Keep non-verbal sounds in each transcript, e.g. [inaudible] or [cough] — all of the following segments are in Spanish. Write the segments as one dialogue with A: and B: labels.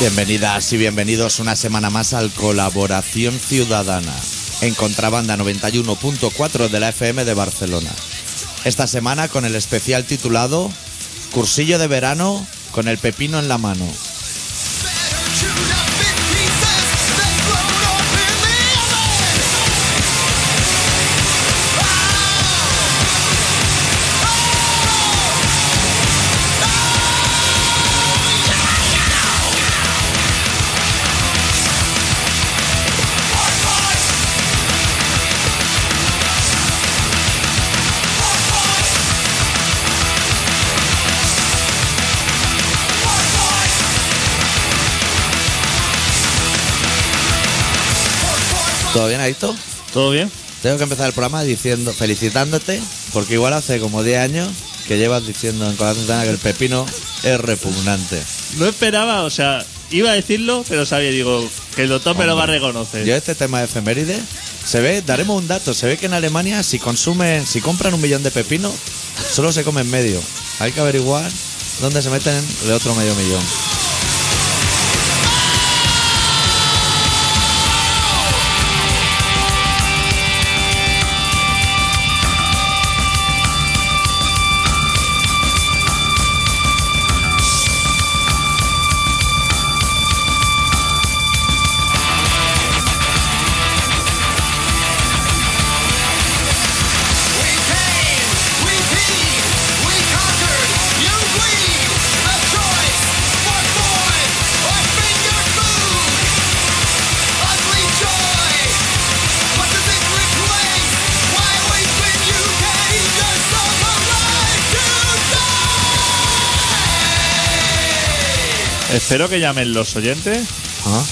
A: Bienvenidas y bienvenidos una semana más al Colaboración Ciudadana en Contrabanda 91.4 de la FM de Barcelona. Esta semana con el especial titulado Cursillo de verano con el pepino en la mano.
B: Better chewed up in pieces than blown up in the oven.
A: ¿Todo bien, Adicto?
C: ¿Todo bien?
A: Tengo que empezar el programa diciendo, felicitándote, porque igual hace como 10 años que llevas diciendo en Colaboración Ciudadana que el pepino es repugnante.
C: No esperaba, o sea, iba a decirlo, pero sabía, digo, que el doctor me lo va a reconocer.
A: Yo este tema de efeméride, se ve, daremos un dato, se ve que en Alemania si consumen, si compran un millón de pepino, solo se comen medio. Hay que averiguar dónde se meten el otro medio millón.
B: We came, we beat, we conquered, you bleed. A choice, what void, what fingered moon. Ugly joy, what does it replace? Why wait when you can eat yourself alive today?
C: Espero que llamen los oyentes
A: Ah,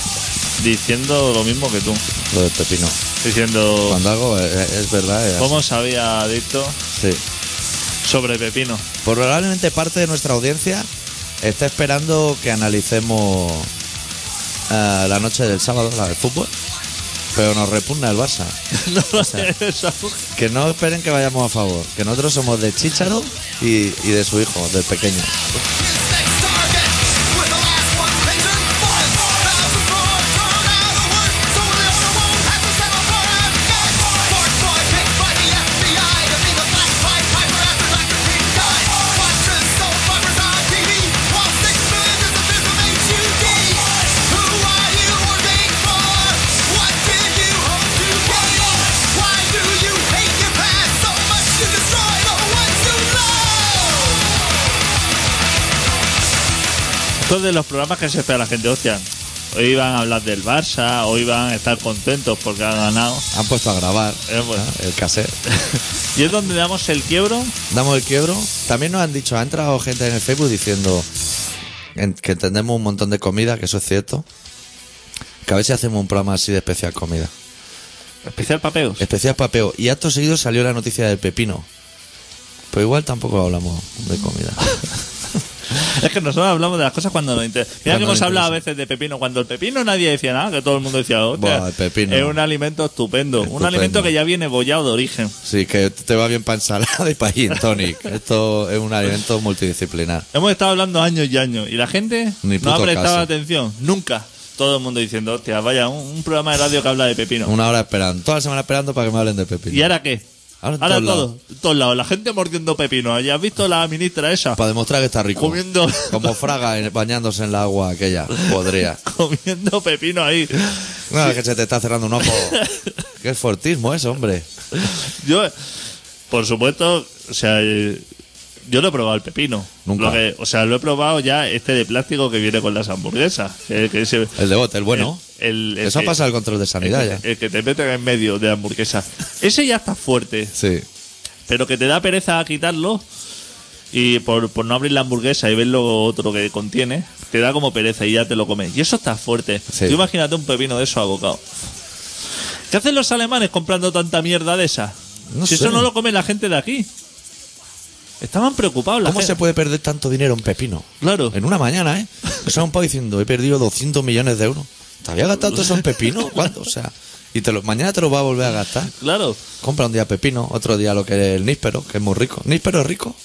C: diciendo lo mismo que tú.
A: lo del pepino.
C: Diciendo,
A: Cuando algo es, es verdad, es así.
C: Oh. ¿cómo sabía Adicto
A: Sí.
C: sobre [laughs] Pepino?
A: Pues probablemente parte de nuestra audiencia está esperando que analicemos eh, la noche del sábado, la del fútbol, pero nos repugna el Barça.
C: no lo [laughs]
A: sea,
C: sé, eso.
A: Que no esperen que vayamos a favor, que nosotros somos de Chicharo y, y de su hijo, del pequeño.
B: His next target, with the last one pigeon forced. Thousands more turn out of work, so the other won't have to settle for an guy. Fourth boy picked by the FBI to be the black pipe piper after Dr. King died. Watches soap operas on TV, while six million is the fifth of HUD. Who are you working for? What did you hope to gain? Why do you hate your past so much to destroy the ones you love?
C: Esto es de los programas que se espera la gente, hostia. Hoy van a hablar del Barça, hoy van a estar contentos porque han ganado.
A: Han puesto a grabar
C: Eh, bueno.
A: ¿no? el cassette.
C: Y es donde damos el quiebro.
A: Damos el quiebro. También nos han dicho, ha entrado gente en el Facebook diciendo en- que entendemos un montón de comida, que eso es cierto. Que a ver si hacemos un programa así de especial comida.
C: Especial papeos.
A: Especial papeo. Y acto seguido salió la noticia del pepino. Pero igual tampoco hablamos de comida.
C: Es que nosotros hablamos de las cosas cuando nos interesa. Mira
A: Cuando
C: que hemos
A: nos
C: hablado a
A: interesa.
C: veces de pepino. Cuando el pepino nadie decía nada, que todo el mundo decía, hostia,
A: Buah, el pepino.
C: es un alimento estupendo. Un
A: Estupendo.
C: alimento que ya viene bollado de origen.
A: Sí, que te va bien para ensalada y para gin tonic. Esto es un alimento multidisciplinar.
C: Hemos estado hablando años y años y la gente
A: Ni
C: no ha
A: puto
C: prestado
A: caso.
C: atención. Nunca. Todo el mundo diciendo, hostia, vaya, un, un programa de radio que habla de pepino.
A: Una hora esperando, toda la semana esperando para que me hablen de pepino.
C: ¿Y ahora qué?
A: Ahora en todos
C: todo. en todos lados. La gente mordiendo pepino. ¿Ya has visto la ministra esa?
A: Para demostrar que está rico.
C: Comiendo,
A: Como Fraga en- bañándose en el agua aquella. Podría.
C: [laughs] comiendo pepino
A: [laughs]
C: ahí.
A: No, es que se te está cerrando un ojo. Qué fortismo es, hombre.
C: Yo, por supuesto, o sea, eh, yo no he probado el pepino.
A: Nunca.
C: Lo que- o sea, lo he probado ya este de plástico que viene con las hamburguesas. que- que ese-
A: El de bote, el Eh, bueno.
C: el- el
A: Eso ha
C: que-
A: pasado el control de
C: el,
A: sanidad ya.
C: que, el que te meten en medio de la hamburguesa. Ese ya está fuerte,
A: Sí.
C: pero que te da pereza quitarlo y por, por no abrir la hamburguesa y ver lo otro que contiene, te da como pereza y ya te lo comes. Y eso está fuerte.
A: Sí.
C: Tú imagínate un pepino de eso abocado. ¿Qué hacen los alemanes comprando tanta mierda de esa?
A: No
C: si
A: sé.
C: eso no lo come la gente de aquí. Estaban preocupados la
A: ¿Cómo se
C: gente.
A: puede perder tanto dinero en pepino?
C: Claro.
A: En una mañana, ¿eh? Eso es un país diciendo, he perdido 200 millones de euros. ¿Te había gastado todo eso en pepino? ¿Cuándo? O sea, y te lo, mañana te lo va a volver a gastar.
C: Claro.
A: Compra un día pepino, otro día lo que es el níspero, que es muy rico. ¿Níspero es rico?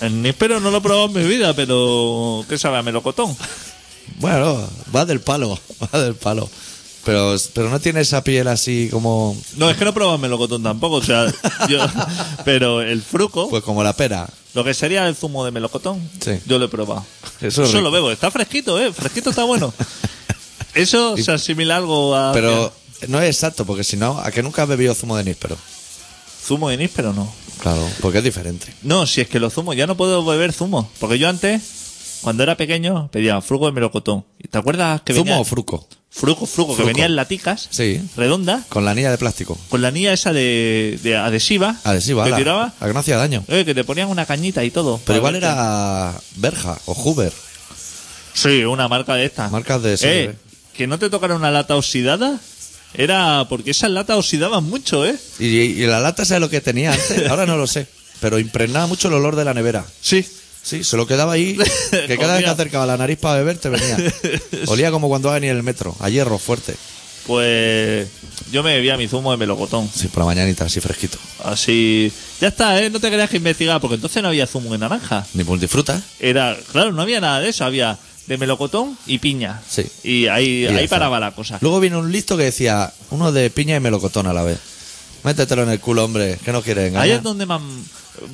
C: El níspero no lo he probado en mi vida, pero ¿qué sabe a melocotón?
A: Bueno, va del palo, [laughs] va del palo. Pero, pero no tiene esa piel así como.
C: No, es que no probaba el melocotón tampoco, o sea, yo,
A: [laughs]
C: pero el fruco,
A: Pues como la pera.
C: lo que sería el zumo de melocotón,
A: Sí.
C: yo lo he probado.
A: Eso es
C: Eso
A: rico.
C: lo bebo, está fresquito, ¿eh? Fresquito está bueno.
A: [laughs]
C: Eso se asimila algo a...
A: Pero no es exacto, porque si no, ¿a que nunca has bebido zumo de níspero?
C: Zumo de níspero, no.
A: Claro, porque es diferente.
C: No, si es que los zumos, ya no puedo beber zumo. Porque yo antes, cuando era pequeño, pedía fruco de melocotón. ¿Y ¿Te acuerdas que
A: ¿Zumo
C: venía?
A: o fruco?
C: fruco, fruco, que
A: Fruco.
C: venía en laticas,
A: Sí.
C: redondas,
A: Con la anilla de plástico.
C: con la anilla esa de, de adhesiva.
A: Adhesiva,
C: Que
A: ala,
C: tiraba,
A: la que no hacía daño.
C: eh, que te ponían una cañita y todo.
A: Pero
C: para
A: igual
C: verte.
A: era Berja o Huber.
C: Sí, una marca de estas.
A: Marcas de ese,
C: Eh, que no te tocara una lata oxidada. Era porque esas latas oxidaban mucho, ¿eh?
A: Y, y la lata, ¿sabes lo que tenía
C: [laughs]
A: antes? Ahora no lo sé. Pero impregnaba mucho el olor de la nevera.
C: Sí.
A: Sí, se lo quedaba
C: [laughs]
A: ahí. Que cada vez que
C: Olía.
A: acercaba la nariz para beber, te
C: [laughs]
A: venía. Olía como cuando vas en el metro, a hierro fuerte.
C: Pues yo me bebía mi zumo de melocotón.
A: Sí, por la mañanita, así fresquito.
C: Así. Ya está, ¿eh? No te creas que investigar, porque entonces no había zumo de naranja.
A: Ni pues, multifruta.
C: Era. Claro, no había nada de eso. Había de melocotón y piña.
A: Sí.
C: Y
A: Y
C: ahí,
A: ya
C: ahí
A: está.
C: paraba la cosa.
A: Luego vino un listo que decía uno de piña y melocotón a la vez. Métetelo en el culo, hombre, que no quieres engañar.
C: Ahí es donde más.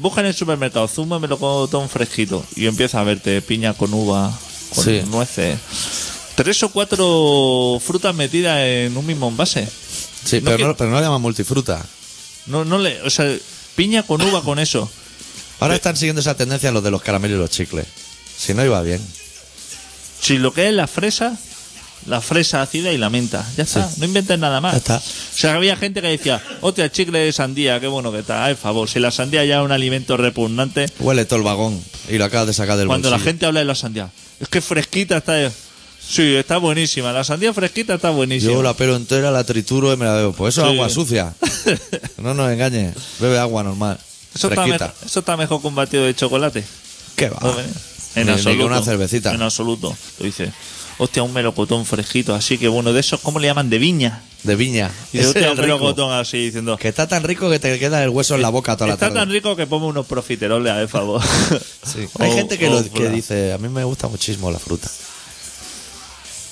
C: Busca en el supermercado zumo de melocotón fresquito y empieza a verte piña con uva, con
A: Sí.
C: nueces. Tres o cuatro frutas metidas en un mismo envase.
A: Sí,
C: no
A: pero,
C: quiero-
A: no, pero no le llaman multifruta.
C: No, no le. O sea, piña con uva con eso.
A: Ahora están siguiendo esa tendencia los de los caramelos y los chicles. Si no iba bien.
C: Si lo que es la fresa, la fresa ácida y la menta. Ya está, no inventes nada más.
A: Ya está.
C: O sea, había gente que decía, hostia, el chicle de sandía, qué bueno que está. Ay, favor, si la sandía ya es un alimento repugnante,
A: Huele todo el vagón y lo acabas de sacar del
C: cuando la
A: bolsillo.
C: gente habla de la sandía, es que fresquita está. Sí, está buenísima. La sandía fresquita está buenísima. [laughs]
A: Yo la pelo entera, la trituro y me la bebo. Pues eso es
C: Sí.
A: agua
C: [laughs]
A: sucia. No nos engañes. Bebe agua normal.
C: eso, está
A: fresquita.
C: mejor, eso está mejor que un batido de chocolate.
A: ¿Qué va?
C: joven. En
A: Ni- ni
C: absoluto.
A: que una cervecita.
C: En absoluto. Tú dices, hostia, un melocotón fresquito. Así que bueno, de esos, ¿cómo le llaman? De viña.
A: De viña.
C: Y
A: Ese
C: dices, hostia,
A: es
C: un
A: el rico.
C: melocotón así diciendo,
A: Que está tan rico que te queda el hueso en la boca toda la
C: Está
A: tarde.
C: tan rico que ponme unos profiteroles, a ver, favor.
A: [laughs]
C: [laughs] Oh,
A: Sí.
C: O-
A: Hay gente que,
C: o
A: lo- que
C: fruta.
A: dice, a mí me gusta muchísimo la fruta.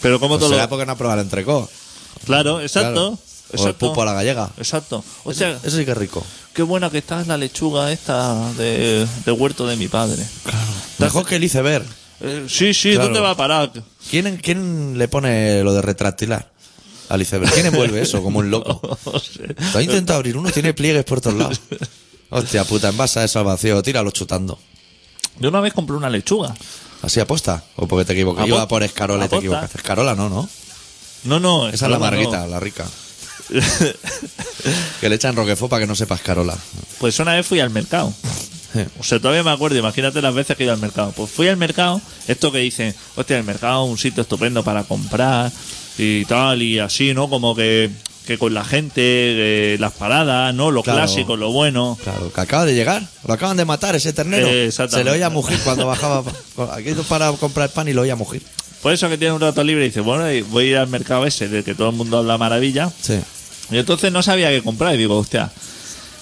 C: Pero como
A: Pues
C: todo. lo-
A: será porque no ha probado el entrecot.
C: Claro, exacto.
A: Claro. O el
C: exacto.
A: pulpo a la gallega.
C: Exacto. O sea,
A: Eso sí que es rico.
C: qué buena que está la lechuga esta de, de huerto de mi padre.
A: Mejor que el iceberg.
C: Eh, sí, sí,
A: Claro.
C: ¿dónde va a parar?
A: ¿Quién, ¿Quién le pone lo de retractilar al iceberg? ¿Quién envuelve eso como un loco?
C: [laughs] No sé.
A: Lo ha intentado abrir uno, tiene pliegues por todos
C: [laughs]
A: lados. Hostia puta, envasa eso al vacío, tíralo chutando.
C: Yo una vez compré una lechuga.
A: ¿Así aposta? ¿O porque te equivocas? Iba
C: Aposta.
A: por escarola y te
C: Aposta.
A: equivocaste. Escarola no, ¿no?
C: No, no.
A: Esa es la
C: no, no.
A: marguita, la
C: [laughs]
A: rica. Que le echan roquefort para que no sepa escarola.
C: Pues una vez fui al mercado.
A: [laughs] Sí.
C: O sea, todavía me acuerdo, imagínate las veces que he ido al mercado. Pues fui al mercado, esto que dicen, hostia, el mercado es un sitio estupendo para comprar y tal, y así, ¿no? Como que, que con la gente, eh, las paradas, ¿no? Lo
A: Claro.
C: clásico, lo bueno.
A: Claro, que acaba de llegar. Lo acaban de matar ese ternero.
C: Eh,
A: Se
C: exactamente.
A: le oía mugir cuando bajaba. pa- [laughs] Aquí para comprar pan y lo oía mugir.
C: Por eso que tiene un rato libre y dice, bueno, y voy a ir al mercado ese del que todo el mundo habla maravilla.
A: Sí.
C: Y entonces no sabía qué comprar y digo, hostia,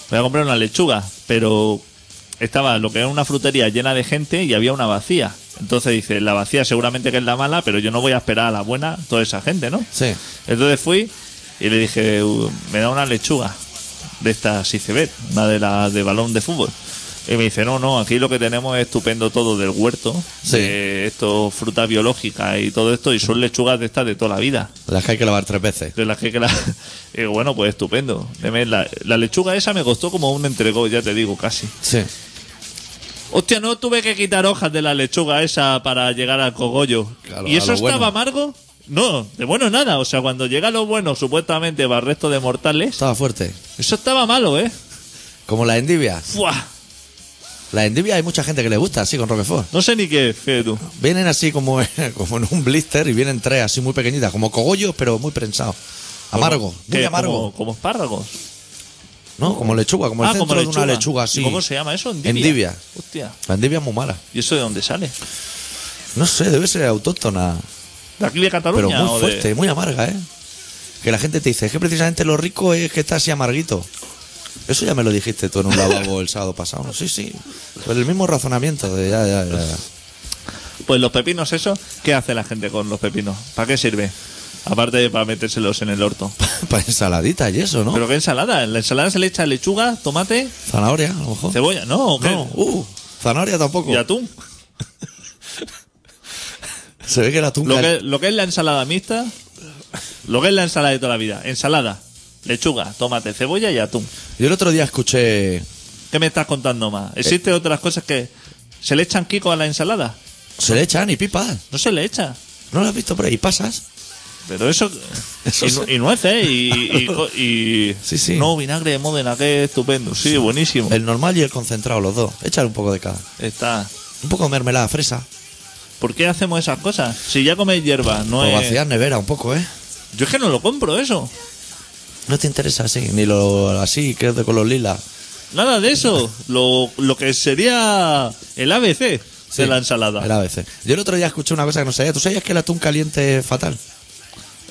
C: voy a comprar una lechuga, pero estaba lo que era una frutería llena de gente y había una vacía. Entonces dice, la vacía seguramente que es la mala, pero yo no voy a esperar a la buena toda esa gente, ¿no?
A: Sí.
C: Entonces fui y le dije, "U, me da una lechuga de estas iceberg, una de las de balón de fútbol. Y me dice, no, no, aquí lo que tenemos es estupendo todo del huerto,
A: Sí.
C: de esto, fruta biológica y todo esto, y son lechugas de estas de toda la vida.
A: Las que hay que lavar tres veces.
C: De las que, que la- y [laughs] digo, bueno, pues estupendo. Deme La, la lechuga esa me costó como un entregó, ya te digo, casi.
A: Sí.
C: Hostia, no tuve que quitar hojas de la lechuga esa para llegar al cogollo.
A: Claro,
C: ¿Y
A: a
C: eso
A: lo bueno.
C: estaba amargo? No, de bueno nada. O sea, cuando llega lo bueno, supuestamente para el resto de mortales,
A: Estaba fuerte.
C: eso estaba malo, ¿eh?
A: Como la endivia.
C: ¡Fua!
A: La endivia hay mucha gente que le gusta así con Roquefort.
C: No sé ni qué, fíjate tú.
A: Vienen así como, como en [laughs] un blister y vienen tres así muy pequeñitas, como cogollos, pero muy prensados. Amargo, muy
C: ¿Qué?
A: amargo.
C: Como, como espárragos.
A: ¿No? Como lechuga, como el
C: ah,
A: centro
C: como lechuga.
A: de una lechuga así.
C: ¿Y ¿Cómo se llama eso? Endivia.
A: Endivia.
C: Hostia.
A: La endivia es muy mala.
C: ¿Y eso de dónde sale?
A: No sé, debe ser autóctona.
C: ¿De aquí de Cataluña?
A: Pero muy
C: o de-
A: fuerte, muy amarga, ¿eh? Que la gente te dice, es que precisamente lo rico es que está así amarguito. Eso ya me lo dijiste tú en un lavabo el sábado pasado. ¿no? Sí, sí. Pues el mismo razonamiento de ya, [laughs] ya, ya. ya.
C: Pues los pepinos, eso, ¿qué hace la gente con los pepinos? ¿Para qué sirve? Aparte de para metérselos en
A: [laughs]
C: el orto.
A: Para ensaladita y eso, ¿no?
C: ¿Pero qué ensalada? En la ensalada se le echa lechuga, tomate,
A: Zanahoria, a lo mejor.
C: cebolla, ¿no? ¿O qué?
A: No, uh, zanahoria tampoco.
C: Y atún.
A: Se ve que era tú.
C: Lo que, lo que es la ensalada mixta, lo que es la ensalada de toda la vida. Ensalada, lechuga, tomate, cebolla y atún.
A: Yo el otro día escuché.
C: ¿Qué me estás contando más? ¿Existe
A: Eh.
C: otras cosas que se le echan kiko a la ensalada?
A: Se le echan y pipas.
C: No se le echa.
A: ¿No lo has visto por ahí? ¿Pasas?
C: Pero eso...
A: Eso
C: y,
A: sí.
C: nu- y nueces y... y, co-
A: [laughs]
C: y-
A: Sí, sí.
C: No, vinagre de Módena, qué estupendo. Sí, buenísimo.
A: El normal y el concentrado, los dos. Échale un poco de cada.
C: Está...
A: Un poco de mermelada fresa.
C: ¿Por qué hacemos esas cosas? Si ya comes hierba, no
A: Pues
C: es...
A: vaciar nevera un poco, ¿eh?
C: Yo es que no lo compro eso.
A: No te interesa así, ni lo así, que es de color lila.
C: Nada de eso. Lo, lo que sería el ABC de la ensalada.
A: El ABC. Yo el otro día escuché una cosa que no sabía. ¿Tú sabías que el atún caliente es fatal?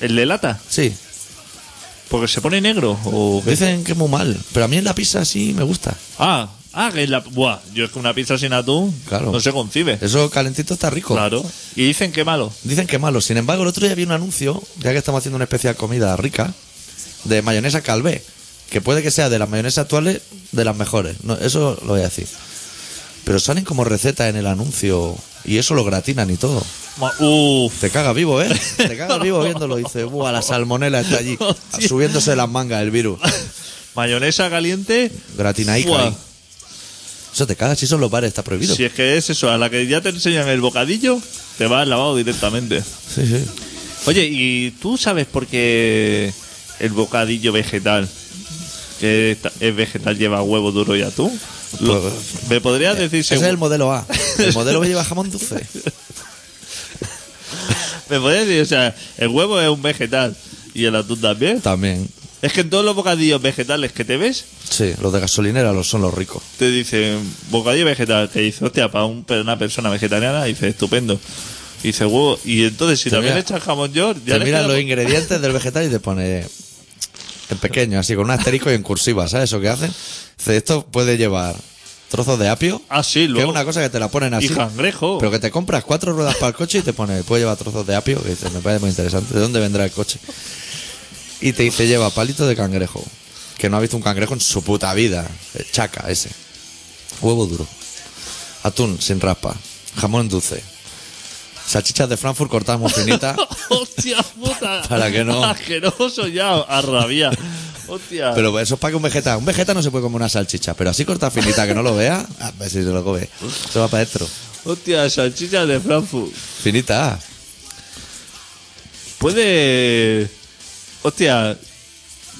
C: El de lata.
A: Sí.
C: Porque se pone negro. O... qué?
A: Dicen que es muy mal, pero a mí en la pizza sí me gusta.
C: Ah, ah, que la... Buah, yo es que una pizza sin atún
A: Claro.
C: no se concibe.
A: Eso calentito está rico.
C: Claro. Y dicen que malo.
A: Dicen que es malo. Sin embargo, el otro día vi un anuncio, ya que estamos haciendo una especial comida rica, de mayonesa calvé, que puede que sea de las mayonesas actuales de las mejores. No, eso lo voy a decir. Pero salen como receta en el anuncio y eso lo gratinan y todo.
C: Ma- Uf. [laughs]
A: Te cagas vivo, ¿eh? Te cagas vivo viéndolo. Dice, ¡buah, la salmonela está allí!
C: [laughs] Hostia.
A: Subiéndose las mangas el virus.
C: Mayonesa caliente.
A: Gratinaica
C: Buah.
A: ahí. Eso te cagas, si son los bares, está prohibido.
C: Si es que es eso, a la que ya te enseñan el bocadillo, te vas al lavado directamente.
A: Sí, sí.
C: Oye, ¿y tú sabes por qué el bocadillo vegetal, que esta- es vegetal, lleva huevo duro y atún? Lo-
A: Pues-
C: ¿Me podrías decir
A: Ese es
C: según-
A: el modelo
C: [laughs]
A: A. El modelo que lleva jamón dulce.
C: ¿Me podrías decir, o sea, el huevo es un vegetal y el atún también?
A: También.
C: Es que en todos los bocadillos vegetales que te ves,
A: Sí, los de gasolinera los son los ricos.
C: te dicen bocadillo vegetal, que dice, hostia, para un- para una persona vegetariana, dice, estupendo. Y dice, huevo, y entonces si
A: Te
C: también
A: mira-
C: echas jamón york, ya
A: Te
C: le
A: miran
C: queda
A: los
C: po-
A: ingredientes
C: [laughs]
A: del vegetal y te pone en pequeño, así con un asterisco y en cursiva, ¿sabes eso que hacen? Dice, esto puede llevar trozos de apio,
C: Ah, sí,
A: que es
C: luego.
A: una cosa que te la ponen
C: Y
A: así.
C: cangrejo.
A: Pero que te compras cuatro ruedas para el coche y te pone, puede llevar trozos de apio, que dices, me parece muy interesante, ¿de dónde vendrá el coche? Y te dice, lleva palito de cangrejo, que no ha visto un cangrejo en su puta vida, Eh, chaca ese, huevo duro, atún sin raspa, jamón dulce, salchichas de Frankfurt cortadas muy finitas,
C: [laughs] Hostia puta.
A: Para que no.
C: Asqueroso ya, a rabia. Hostia.
A: Pero eso es para que un vegeta. Un vegeta no se puede comer una salchicha, pero así corta finita que no lo vea, [laughs] a ver si se lo come. Se va para adentro.
C: Hostia, salchicha de Frankfurt.
A: Finita.
C: Puede. Hostia.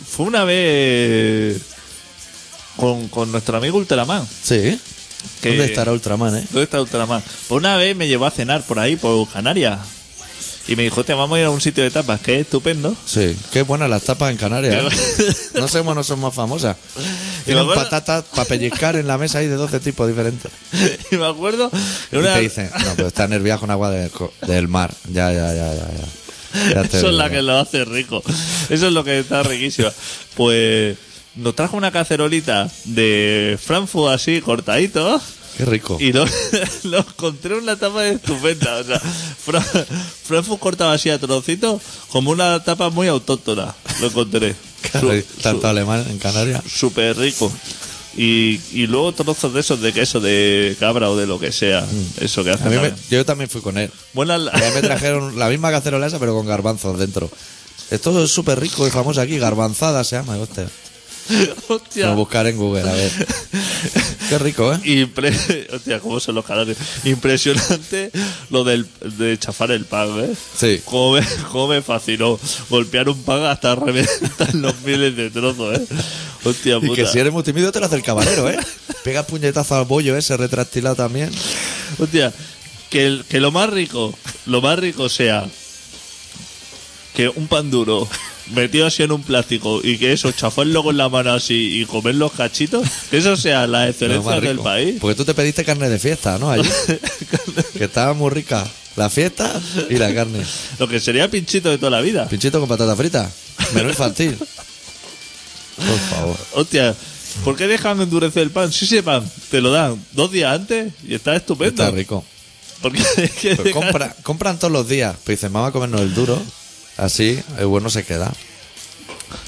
C: Fue una vez. Con, con nuestro amigo Ultraman.
A: Sí.
C: Que-
A: ¿Dónde estará Ultraman, eh?
C: ¿Dónde está Ultraman? Pues una vez me llevó a cenar por ahí, por Canarias. Y me dijo, te vamos a ir a un sitio de tapas que es estupendo. [laughs]
A: Sí. Qué buenas las tapas en Canarias. ¿eh? No sé cómo no son más famosas. Tienen
C: acuerdo-
A: patatas para pellizcar en la mesa hay de 12 tipos diferentes.
C: y me acuerdo. que
A: Y
C: una-
A: te dicen, no, pero está nerviosa con agua del, co- del mar. Ya, ya, ya, ya. ya. Ya te
C: Eso es
A: digo,
C: la que lo hace rico. Eso es lo que está riquísimo. Pues nos trajo una cacerolita de Frankfurt así, cortadito.
A: Qué rico.
C: Y lo, [laughs] lo encontré una tapa estupenda. O sea, Fra- Frankfurt cortado así a trocitos, como una tapa muy autóctona.
A: [laughs]
C: Lo encontré.
A: Claro, y
C: Su-
A: Tanto alemán en Canarias.
C: su- Súper rico. Y, y luego trozos de esos de queso de cabra o de lo que sea. Eso que
A: Mm. A
C: hacen.
A: mí me-
C: también.
A: yo también fui con él.
C: Buena la-
A: Y ahí me trajeron la misma cacerola esa, pero con garbanzos dentro. Esto es súper rico y famoso aquí. Garbanzada se llama, hostia.
C: [laughs] Hostia.
A: Lo buscar en Google, a ver. Qué rico, ¿eh?
C: Impre- [laughs] Hostia, ¿cómo son los canarios? Impresionante lo del, de chafar el pan, ¿ves?
A: Sí.
C: ¿Cómo me, cómo me fascinó golpear un pan hasta reventar [laughs] los miles de trozos, ¿eh? Hostia
A: Y
C: puta.
A: que si eres muy tímido te lo hace el camarero,
C: [laughs]
A: ¿eh? Pega puñetazo al bollo ese retractilado también.
C: Hostia, que, el- que lo más rico, lo más rico sea que un pan duro [laughs] metido así en un plástico y que eso, chafarlo con la mano así y comer los cachitos, que eso sea la
A: Lo más
C: excelencia del
A: rico.
C: país.
A: Porque tú te pediste carne de fiesta, ¿no?
C: [laughs]
A: Allí. que estaba muy rica. La fiesta y la carne.
C: Lo que sería pinchito de toda la vida.
A: Pinchito con patata frita. Menú infantil. Por favor.
C: Hostia, ¿por qué dejan endurecer el pan? Sí, sí, pan, te lo dan dos días antes y está estupendo.
A: Está rico.
C: Porque es que-
A: Pero compra- compran todos los días. Pero dicen, vamos a comernos el duro. Así, el bueno se queda.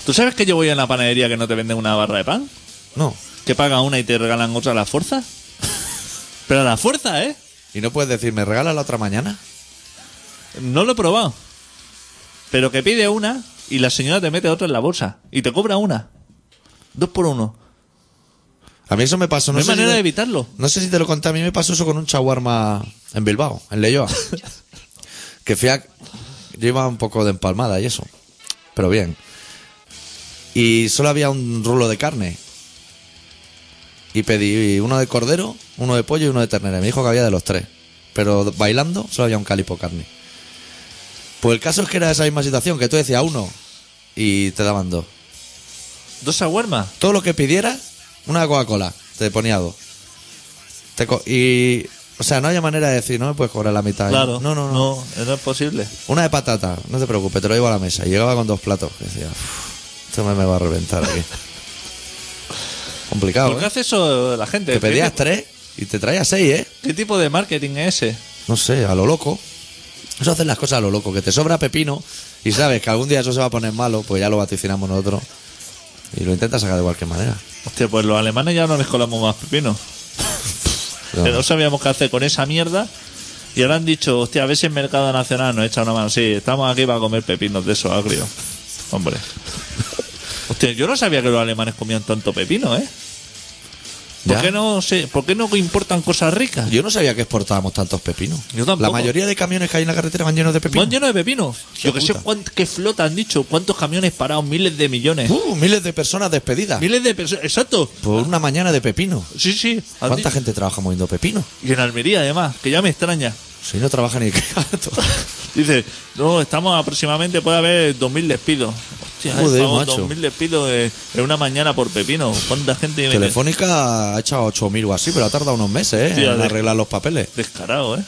C: ¿Tú sabes que yo voy a una panadería que no te venden una barra de pan?
A: No.
C: Que paga una y te regalan otra a la fuerza. Pero a la fuerza, ¿eh?
A: Y no puedes decir, ¿me regala la otra mañana?
C: No lo he probado. Pero que pide una y la señora te mete otra en la bolsa. Y te cobra una. Dos por uno.
A: A mí eso me pasó. No,
C: No hay
A: sé si
C: manera de
A: te-
C: evitarlo.
A: No sé si te lo conté, a mí me pasó eso con un chaguarma en Bilbao, en Leyoa. que fui a... Yo iba un poco de empalmada y eso. Pero bien. Y solo había un rulo de carne. Y pedí uno de cordero, uno de pollo y uno de ternera. Y Me dijo que había de los tres. Pero bailando solo había un calipo carne. Pues el caso es que era esa misma situación, que tú decías uno y te daban dos.
C: Dos aguarmas.
A: Todo lo que pidieras, una Coca-Cola, te ponía dos. Te co- y. O sea, no había manera de decir, no me puedes cobrar la mitad.
C: Claro.
A: No, no, no.
C: No, no es posible.
A: Una de patata, no te preocupes, te lo llevo a la mesa. Y llegaba con dos platos. que decía, "Uf, esto me, me va a reventar
C: [laughs]
A: aquí. Complicado,
C: ¿Por qué
A: ¿eh?
C: hace eso la gente?
A: Te pedías
C: ¿Qué,
A: tres y te traías seis, ¿eh?
C: qué tipo de marketing es ese?
A: No sé, a lo loco. Eso hacen las cosas a lo loco, que te sobra pepino y sabes que algún día eso se va a poner malo, pues ya lo vaticinamos nosotros. Y lo intentas sacar de cualquier manera.
C: Hostia, pues los alemanes ya no les colamos más pepino.
A: No.
C: Que no sabíamos qué hacer con esa mierda. Y ahora han dicho, hostia, a ver si el mercado nacional nos echa una mano. Sí, estamos aquí para comer pepinos de esos agrios.
A: [laughs]
C: Hombre. Hostia, yo no sabía que los alemanes comían tanto pepino, ¿eh? ¿Por
A: Ya.
C: qué, no se, ¿Por qué no importan cosas ricas?
A: Yo no sabía que exportábamos tantos pepinos.
C: Yo tampoco.
A: La mayoría de camiones que hay en la carretera van llenos de pepinos.
C: Van llenos de pepino. Yo que sé
A: puta.
C: cuán- qué flota han dicho, cuántos camiones parados, miles de millones.
A: Uh, miles de personas despedidas
C: Miles de personas, exacto.
A: por una mañana de pepino.
C: Sí, sí. han
A: ¿Cuánta
C: dicho-
A: gente trabaja moviendo pepino?
C: Y en Almería, además, que ya me extraña.
A: Si no trabaja [laughs] ni
C: Dice, no, estamos aproximadamente, puede haber 2.000 despidos. Hostia,
A: Joder,
C: estamos
A: macho.
C: 2.000 despidos de- en una mañana por pepino. ¿Cuánta gente viene
A: Telefónica ha echado 8.000 o así, pero ha tardado unos meses ¿eh?
C: Tía,
A: en
C: de-
A: arreglar los papeles.
C: descarado, eh?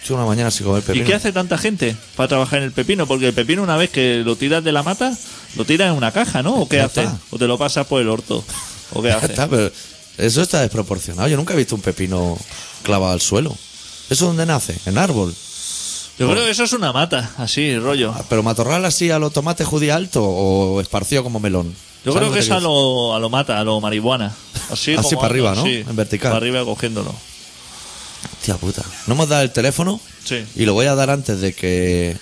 A: Estoy una mañana sin comer
C: ¿Y
A: pepino. [laughs]
C: qué hace tanta gente para trabajar en el pepino? Porque el pepino una vez que lo tiras de la mata, lo tiras en una caja, ¿no? ¿O qué
A: Ya
C: hace?
A: está.
C: ¿O te lo pasas por el orto? ¿O qué
A: Ya
C: hace?
A: está, pero eso está desproporcionado. Yo nunca he visto un pepino clavado al suelo. ¿Eso dónde nace? En árbol.
C: Yo creo que eso es una mata, así, rollo.
A: Ah, Pero matorral así a los tomates judía alto o esparcido como melón.
C: Yo
A: ¿Sabes
C: creo
A: lo
C: que es a
A: quiero
C: lo, a lo mata, a lo marihuana. Así,
A: Así
C: como
A: para arriba,
C: anda,
A: ¿no?
C: sí,
A: En vertical.
C: Para arriba cogiéndolo. [laughs]
A: Hostia puta. No hemos dado el teléfono.
C: Sí.
A: Y lo voy a dar antes de que,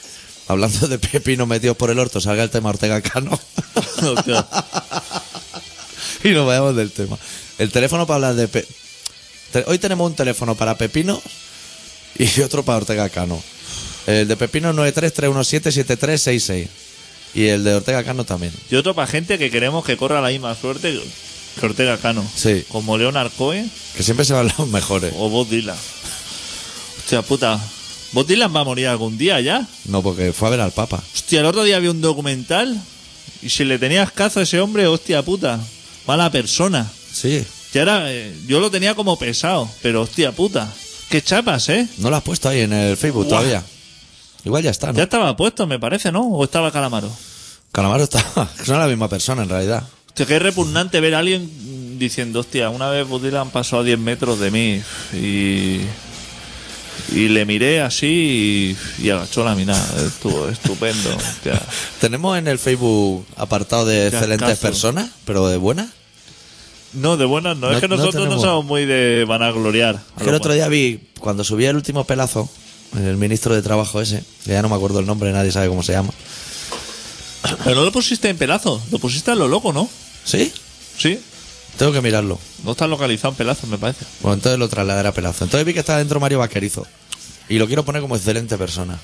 A: hablando de pepinos metidos por el orto, salga el tema Ortega Cano. [laughs]
C: Hostia.
A: y nos vayamos del tema. El teléfono para hablar de. pe- te- Hoy tenemos un teléfono para pepinos y otro para Ortega Cano. El de pepino 933177366. Y el de Ortega Cano también.
C: Y otro para gente que queremos que corra la misma suerte que Ortega Cano.
A: Sí.
C: Como Leonard Cohen
A: Que siempre se van los mejores.
C: o Bob Dylan. Hostia puta. Bob Dylan va a morir algún día ya.
A: No, porque fue a ver al Papa.
C: Hostia, el otro día vi un documental y si le tenías cazo a ese hombre, hostia puta. Mala persona.
A: Sí.
C: Y ahora eh, yo lo tenía como pesado, pero hostia puta. Qué chapas, ¿eh?
A: No lo has puesto ahí en el Facebook
C: Guau.
A: todavía. Igual ya está, ¿no?
C: Ya estaba puesto, me parece, ¿no? O estaba Calamaro.
A: Calamaro está. [laughs] Son la misma persona en realidad.
C: Hostia, qué repugnante ver a alguien diciendo, hostia, una vez Bob Dylan pasó a 10 metros de mí y, y le miré así y, y agachó la mirada. Estuvo estupendo. hostia.
A: Tenemos en el Facebook apartado de
C: Qué
A: excelentes
C: ascazo.
A: personas, pero de buenas.
C: No, de buenas no.
A: No-
C: es que
A: no
C: nosotros no,
A: tenemos.
C: somos muy de vanagloriar.
A: Es que el otro día vi, cuando subía el último pelazo, el ministro de Trabajo ese, que ya no me acuerdo el nombre, nadie sabe cómo se llama.
C: Pero no lo pusiste en pelazo, lo pusiste a lo loco, ¿no?
A: ¿Sí?
C: Sí.
A: Tengo que mirarlo.
C: No está localizado en pelazo, me parece.
A: Bueno, entonces lo trasladaré a pelazo. Entonces vi que estaba dentro Mario Vaquerizo. Y lo quiero poner como excelente persona.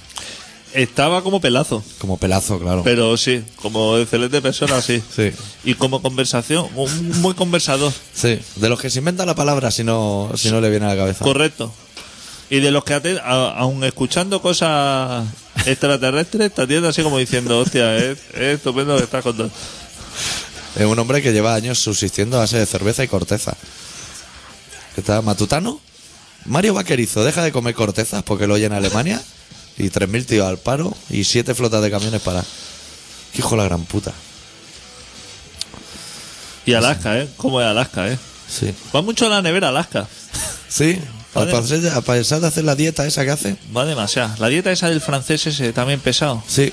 C: Estaba como pelazo,
A: Como pelazo, claro.
C: pero sí, como excelente persona, sí.
A: Sí.
C: Y como conversación, un muy conversador.
A: Sí. De los que se inventa la palabra si no, si no le viene a la cabeza.
C: Correcto. Y de los que, ate- a- aun escuchando cosas extraterrestres, te atienden así como diciendo, hostia, es, es estupendo lo que estás contando.
A: Es un hombre que lleva años subsistiendo a base de cerveza y corteza. ¿Qué tal? ¿Matutano? Mario Vaquerizo deja de comer cortezas porque lo oye en Alemania. Y 3.000 tíos al paro y 7 flotas de camiones para. ¡Qué hijo de la gran puta!
C: Y Alaska, ¿eh? ¿Cómo es Alaska, eh?
A: Sí.
C: Va mucho a la nevera Alaska.
A: ¿Sí? Al pasar, a pesar de hacer la dieta esa que hace.
C: Va demasiado. La dieta esa del francés ese también pesado.
A: Sí,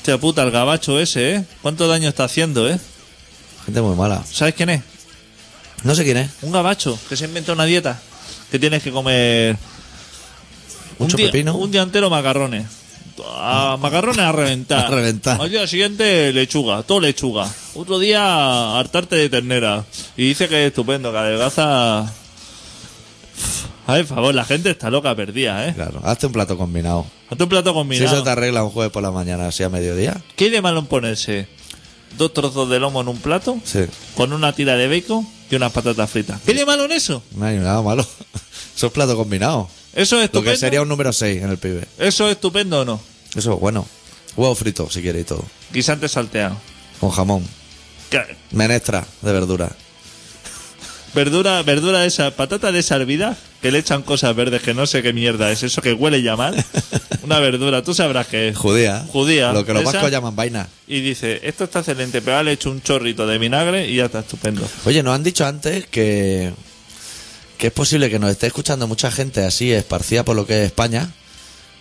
C: Hostia puta, el gabacho ese, ¿eh? ¿Cuánto daño está haciendo, eh?
A: gente muy mala.
C: ¿Sabes quién es?
A: No sé quién es.
C: Un gabacho que se inventa una dieta. Que tienes que comer.
A: Mucho
C: un día-
A: pepino. Ah.
C: Un día entero macarrones. A- macarrones a
A: [laughs]
C: reventar.
A: A reventar.
C: Al día siguiente, lechuga. Todo lechuga. Otro día, hartarte de ternera. Y dice que es estupendo, que adelgaza. Ay, por favor, la gente está loca perdida, ¿eh?
A: Claro, hazte un plato combinado.
C: Hazte un plato
A: Si
C: combinado.
A: eso te arregla un jueves por la mañana, así a mediodía.
C: ¿Qué hay de malo en ponerse dos trozos de lomo en un plato?
A: Sí.
C: Con una tira de bacon y unas patatas fritas. ¿Qué hay de malo en eso?
A: No hay nada malo. [laughs] Eso es plato combinado.
C: Eso es
A: Lo
C: estupendo.
A: que sería un número 6 en el pibe.
C: Eso es estupendo o no.
A: Eso es bueno. Huevo frito, si quiere y todo.
C: Guisante salteado.
A: Con jamón.
C: ¿Qué?
A: Menestra de verdura.
C: Verdura, verdura de esa, patata de esa hervida que le echan cosas verdes que no sé qué mierda es eso que huele ya mal. Una verdura, tú sabrás qué es.
A: Judía.
C: Judía,
A: Lo que los
C: esa.
A: vascos llaman vaina.
C: Y dice, esto está excelente, pero ahora le echo un chorrito de vinagre y ya está estupendo.
A: Oye, nos han dicho antes que, que es posible que nos esté escuchando mucha gente así esparcida por lo que es España.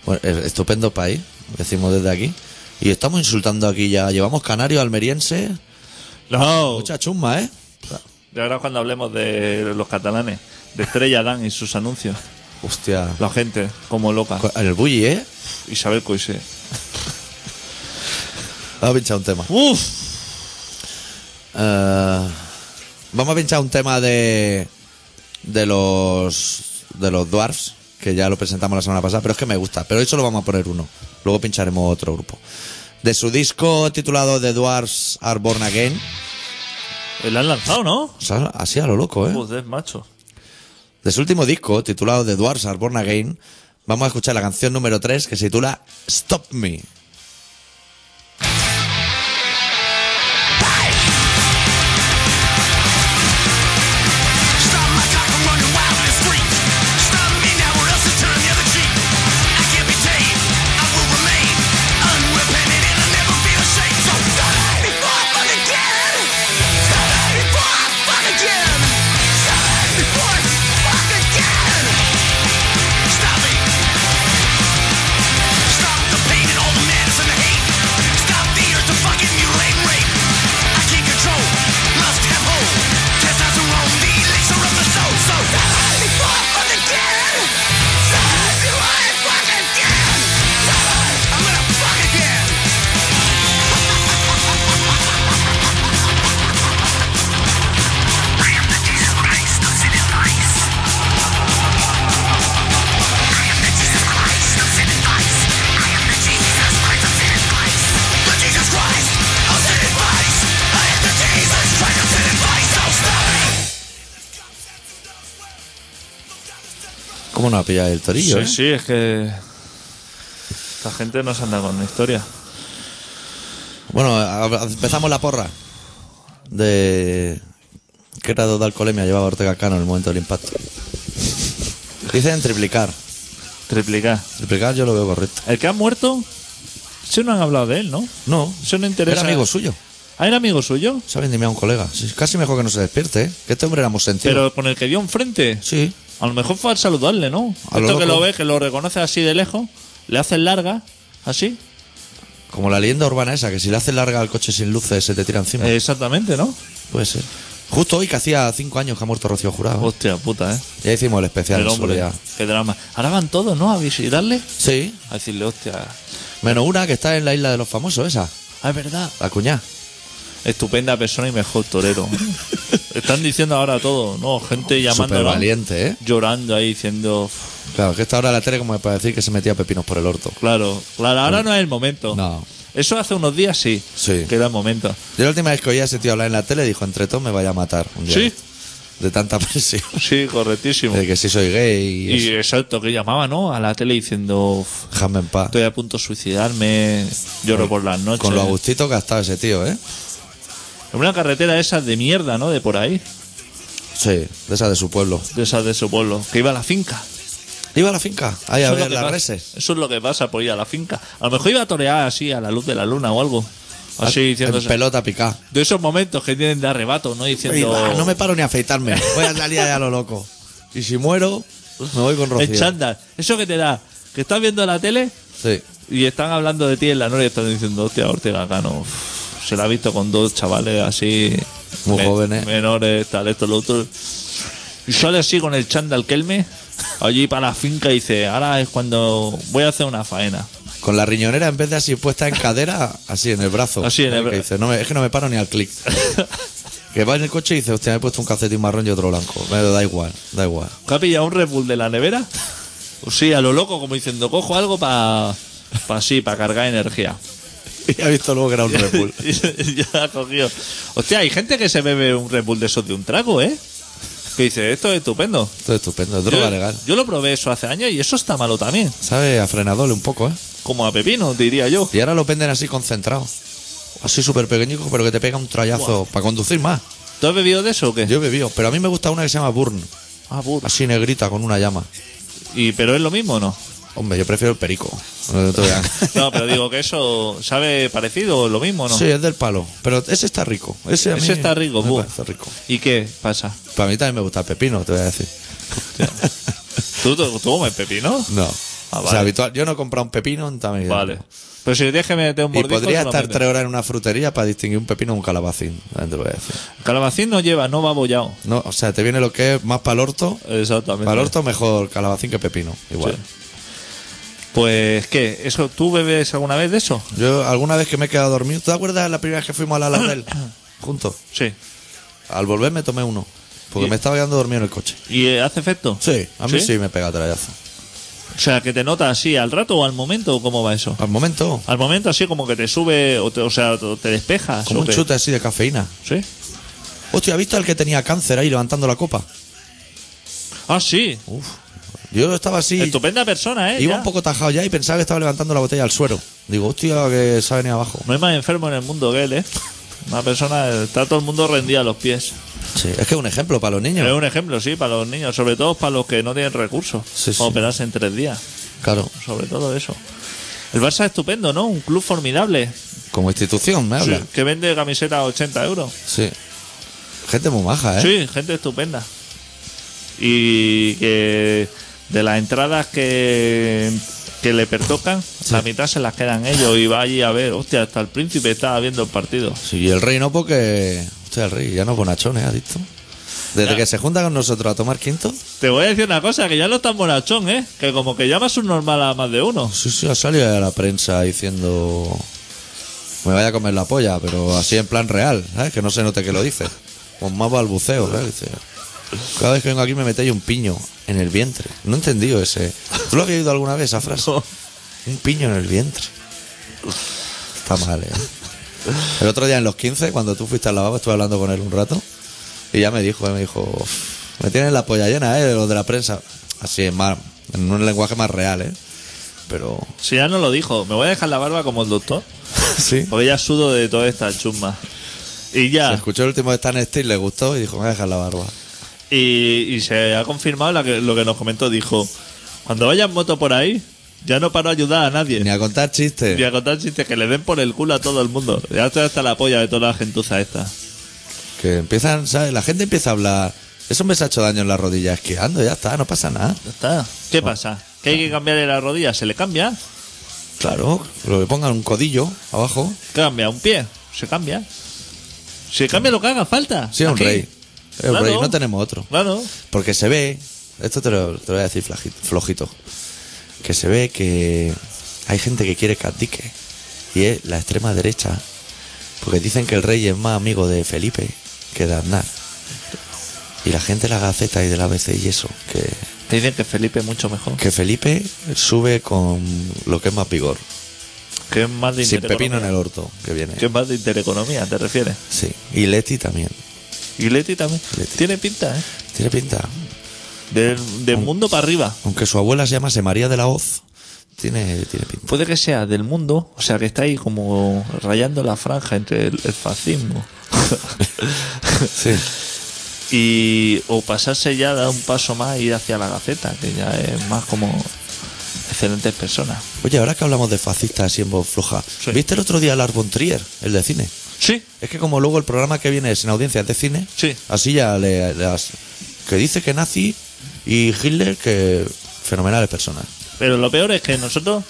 A: Bueno, es- estupendo país, decimos desde aquí. Y estamos insultando aquí ya. Llevamos canarios, almerienses.
C: No,
A: Mucha chumba, ¿eh?
C: ya ahora cuando hablemos de los catalanes, de Estrella Dan y sus anuncios,
A: Hostia.
C: la gente como loca.
A: En el bully, ¿eh?
C: Isabel Coixé.
A: Vamos a pinchar un tema.
C: Uf,
A: Eh, vamos a pinchar un tema de. de los. de los Dwarfs, que ya lo presentamos la semana pasada, pero es que me gusta. Pero hoy solo vamos a poner uno. Luego pincharemos otro grupo. De su disco titulado The Dwarfs Are Born Again.
C: Eh, la han lanzado, ¿no?
A: O sea, así a lo loco, ¿eh?
C: Joder, macho.
A: De su último disco, titulado The Dwarfs Are Born Again, vamos a escuchar la canción número 3 que se titula Stop Me.
B: Stop my car from running wild in the street. Stop me now or else I turn the other cheek. I can't be tamed. I will remain unrepentant and I never feel ashamed. So stop me before I fucking get it. Stop me before I fucking get it. Stop me before I fucking get it. Stop me. Stop the pain and all the madness and the hate. Stop the urge to fucking mutilate and rape. I can't control lust and hope. Testosterone, the elixir of the soul. So die before I fucking get it. Die before I fucking get it. Die. I'm gonna fuck again. I am the Jesus Christ of sin and vice. I am the Jesus Christ of sin and vice. I am the Jesus Christ of sin and vice. The Jesus Christ of sin and vice. I am the Jesus Christ of sin and vice. So stop me.
A: ¿Cómo nos ha pillado el torillo? eh?
C: sí, sí, es que. Esta gente no se anda con la historia.
A: Bueno, a- empezamos la porra de qué grado de alcoholemia llevaba Ortega Cano en el momento del impacto. Dicen triplicar.
C: Triplicar.
A: Triplicar yo lo veo correcto.
C: El que ha muerto, sí no han hablado de él, ¿no?
A: No,
C: Eso no interesa.
A: Era amigo suyo.
C: Ah, era amigo suyo,
A: Se ha vendimiado un colega. Sí, Casi mejor que no se despierte, ¿eh? Que este hombre éramos sentido.
C: pero con el que dio enfrente.
A: Sí.
C: A lo mejor fue a saludarle, ¿no?
A: A lo
C: Esto que
A: loco.
C: lo ve, que lo reconoce así de lejos, le hacen larga, así.
A: Como la leyenda urbana esa, que si le haces larga al coche sin luces se te tira encima.
C: Eh, exactamente, ¿no?
A: Puede ser. Justo hoy que hacía cinco años que ha muerto Rocío Jurado. ¿eh?
C: Hostia puta, ¿eh?
A: Ya hicimos el especial
C: el
A: en su
C: hombre,
A: día.
C: qué drama. Ahora van todos, ¿no? A visitarle,
A: Sí.
C: a decirle, hostia.
A: Menos una que está en la isla de los famosos, esa.
C: Ah, es verdad.
A: La cuñá.
C: Estupenda persona y mejor
A: [laughs]
C: torero. Están diciendo ahora todo, ¿no? Gente
A: Súper
C: llamando,
A: valiente, ¿eh?
C: llorando ahí diciendo,
A: Claro, que esta hora la tele como para decir que se metía pepinos por el orto.
C: Claro, claro, ahora no es el momento.
A: No.
C: Eso hace unos días sí,
A: Sí.
C: que era el momento.
A: Yo la última vez que oí a ese tío hablar en la tele dijo, entre todos me vaya a matar un día.
C: Sí.
A: De tanta presión. [laughs]
C: Sí, correctísimo.
A: De que si soy gay Eh, y,
C: y exacto, que llamaba, ¿no? A la tele diciendo, "Uf,
A: eso. Dejadme en paz.
C: estoy ¿eh? a punto de suicidarme, lloro por las noches.
A: Con lo agustito que ha estado ese tío, ¿eh?
C: En una carretera de esas de mierda, ¿no? De por ahí,
A: Sí, de esa de su pueblo.
C: de esas de su pueblo, que iba a la finca.
A: Iba a la finca, ahí a
C: Eso es lo
A: ver
C: que
A: las
C: pasa-
A: reses.
C: Eso es lo que pasa por ir a la finca. A lo mejor iba a torear así a la luz de la luna o algo. Así Ah, diciendo...
A: En pelota picada.
C: De esos momentos que tienen de arrebato, ¿no? Diciendo...
A: Y va, No me paro ni a afeitarme. Voy a salir allá a lo loco. Y si muero, Me voy con Rocío.
C: En chándal. Eso que te da, que estás viendo la tele
A: Sí.
C: y están hablando de ti en la noche y están diciendo, hostia, Ortega Cano, uf, se la ha visto con dos chavales así.
A: Muy jóvenes.
C: Menores, tal, esto, lo otro. Y sale así con el chándal Kelme, allí para la finca y dice, ahora es cuando voy a hacer una faena.
A: Con la riñonera, en vez de así puesta en cadera, así en el brazo.
C: Así en el
A: Que
C: bra-
A: dice, no me- es que no me paro ni al clic. [laughs] que va en el coche y dice, hostia, me he puesto un calcetín marrón y otro blanco. Pero da igual, da igual.
C: ¿Que ha pillado un Red Bull de la nevera? O sí, a lo loco, como diciendo, cojo algo para pa, así, para cargar energía.
A: [laughs] Y ha visto luego que era un Red
C: [laughs]
A: Bull.
C: ya la ha cogido. Hostia, hay gente que se bebe un Red Bull de esos de un trago, ¿eh? Que dice, esto es estupendo.
A: [laughs] Esto es estupendo, es droga
C: yo,
A: legal.
C: Yo lo probé eso hace años y eso está malo también.
A: Sabe a frenadole un poco, ¿eh?
C: Como a pepino, diría yo.
A: Y ahora lo venden así concentrado. Así súper pequeñico, pero que te pega un trayazo para conducir más.
C: ¿Tú has bebido de eso o qué?
A: Yo he bebido, pero a mí me gusta una que se llama Burn.
C: Ah, puta.
A: Así negrita, con una llama.
C: ¿Y, ¿Pero es lo mismo o no?
A: Hombre, yo prefiero el perico. No te voy [laughs] a-
C: No, pero digo que eso sabe parecido o lo mismo o no.
A: Sí, es del palo. Pero ese está rico. Ese, a mí
C: Ese está rico,
A: me
C: buh.
A: parece rico.
C: ¿Y qué pasa?
A: Para mí también me gusta el pepino, te voy a decir.
C: ¿Tú, tú, tú comes pepino?
A: No.
C: Ah,
A: O
C: vale.
A: sea, habitual. Yo no he comprado un pepino en toda mi vida.
C: Vale. Pero si le tienes que meter un
A: Y
C: mordisco...
A: podría
C: se lo
A: estar
C: metes.
A: tres horas en una frutería para distinguir un pepino de un calabacín. También te lo voy a decir.
C: Calabacín no lleva, no va abollado.
A: No, o sea, te viene lo que es más para el orto.
C: Exactamente.
A: Para el orto mejor calabacín que pepino. Igual.
C: Pues, ¿qué? ¿Eso, ¿Tú bebes alguna vez de eso?
A: Yo alguna vez que me he quedado dormido, ¿tú te acuerdas la primera vez que fuimos a la
C: [coughs]
A: Laurel juntos?
C: Sí.
A: Al volver me tomé uno. Porque me estaba quedando dormido en el coche.
C: ¿Y eh, hace efecto?
A: Sí, a mí sí,
C: sí.
A: me pega trayazo.
C: O sea, que te nota así al rato o al momento, o ¿cómo va eso?
A: Al momento,
C: Al momento así como que te sube, o, te- o sea, o te despejas.
A: como
C: ¿o
A: un
C: qué?
A: chute así de cafeína.
C: Sí.
A: Hostia, ¿has visto al que tenía cáncer ahí levantando la copa?
C: Ah, sí.
A: Uf. Yo estaba así.
C: Estupenda persona, ¿eh?
A: Iba
C: Ya.
A: un poco tajado ya y pensaba que estaba levantando la botella al suelo. Digo, hostia, que se ha venido abajo.
C: No hay más enfermo en el mundo que él, ¿eh? Una persona, está todo el mundo rendida a los pies.
A: Sí, es que es un ejemplo para los
C: Es
A: niños.
C: un ejemplo, sí, para los niños, sobre todo para los que no tienen recursos.
A: Sí, sí.
C: Para operarse en tres días,
A: Claro,
C: sobre todo eso. El Barça es estupendo, ¿no? Un club formidable.
A: como institución, me habla.
C: Que vende camisetas a 80 euros.
A: Sí. Gente muy maja, ¿eh?
C: Sí, gente estupenda. Y que de las entradas que, que le pertocan, la mitad se las quedan ellos y va allí a ver, hostia, hasta el príncipe estaba viendo el partido.
A: Sí, y el rey no porque... Hostia, el rey ya no es bonachón, ¿eh? Adicto. Desde
C: Ya.
A: que se junta con nosotros a tomar quinto...
C: Te voy a decir una cosa, que ya no tan bonachón, ¿eh? Que como que llamas un normal a más de uno.
A: Sí, sí, ha salido a la prensa diciendo... Me vaya a comer la polla, pero así en plan real, ¿sabes? Que no se note que lo dice. Con más balbuceo, ¿sabes? Dice, Cada vez que vengo aquí me metéis un piño en el vientre. No he entendido ese... ¿Tú lo habías oído alguna vez, esa frase? Un piño en el vientre. Está mal, ¿eh? El otro día en los 15, cuando tú fuiste al lavabo, estuve hablando con él un rato. Y ya me dijo, eh, me dijo, "Uf, me tienen la polla llena, ¿eh? De los de la prensa. Así, en, más, en un lenguaje más real, ¿eh? Pero... [laughs]
C: Si ya no lo dijo, me voy a dejar la barba como el doctor,
A: Sí.
C: porque ya sudo de toda esta chumba. Y ya.
A: Escuchó el último de Stan Steel, le gustó y dijo, me voy a dejar la barba.
C: Y, y se ha confirmado la que- lo que nos comentó. Dijo: Cuando vaya en moto por ahí, ya no paro a ayudar a nadie.
A: Ni a contar chistes.
C: Ni a contar chistes que le den por el culo a todo el mundo. Ya está hasta la polla de toda la gentuza esta.
A: Que empiezan, ¿sabes? La gente empieza a hablar... Eso me se ha hecho daño en la rodilla esquiando, ya está, no pasa nada.
C: Ya está. ¿Qué pasa? ¿Que hay que cambiarle la rodilla? ¿Se le cambia?
A: Claro, lo que pongan un codillo abajo.
C: Cambia un pie. Se cambia. Se cambia lo que haga falta.
A: Sí, es un
C: Aquí.
A: rey. Es un
C: Claro.
A: rey, no tenemos otro.
C: Claro.
A: Porque se ve, esto te lo, te lo voy a decir flajito- flojito, que se ve que hay gente que quiere Candique y es la extrema derecha, porque dicen que el rey es más amigo de Felipe que de Aznar. Y la gente de la Gaceta y de la ABC y eso, que,
C: Te dicen que Felipe es mucho mejor.
A: que Felipe sube con lo que es más vigor,
C: Que es más de
A: sin pepino en
C: intereconomía.
A: el orto que viene.
C: Que es más de intereconomía, te refieres.
A: Sí, y Leti también.
C: Y Leti también.
A: Leti.
C: Tiene pinta, ¿eh?
A: Tiene pinta.
C: Del, del mundo para arriba.
A: Aunque su abuela se llamase María de la Hoz, tiene, tiene pinta.
C: Puede que sea del mundo, o sea, que está ahí como rayando la franja entre el, el [laughs] fascismo.
A: Sí.
C: y o pasarse ya, dar un paso más y ir hacia la Gaceta, que ya es más como excelentes personas.
A: Oye, ahora que hablamos de fascistas así en voz floja,
C: Sí.
A: ¿viste el otro día el Arbon Trier, el de cine?
C: Sí,
A: Es que como luego el programa que viene es en audiencia de cine,
C: Sí.
A: así ya le, le has- que dice que nazi Y Hitler, que fenomenales personas.
C: Pero lo peor es que nosotros,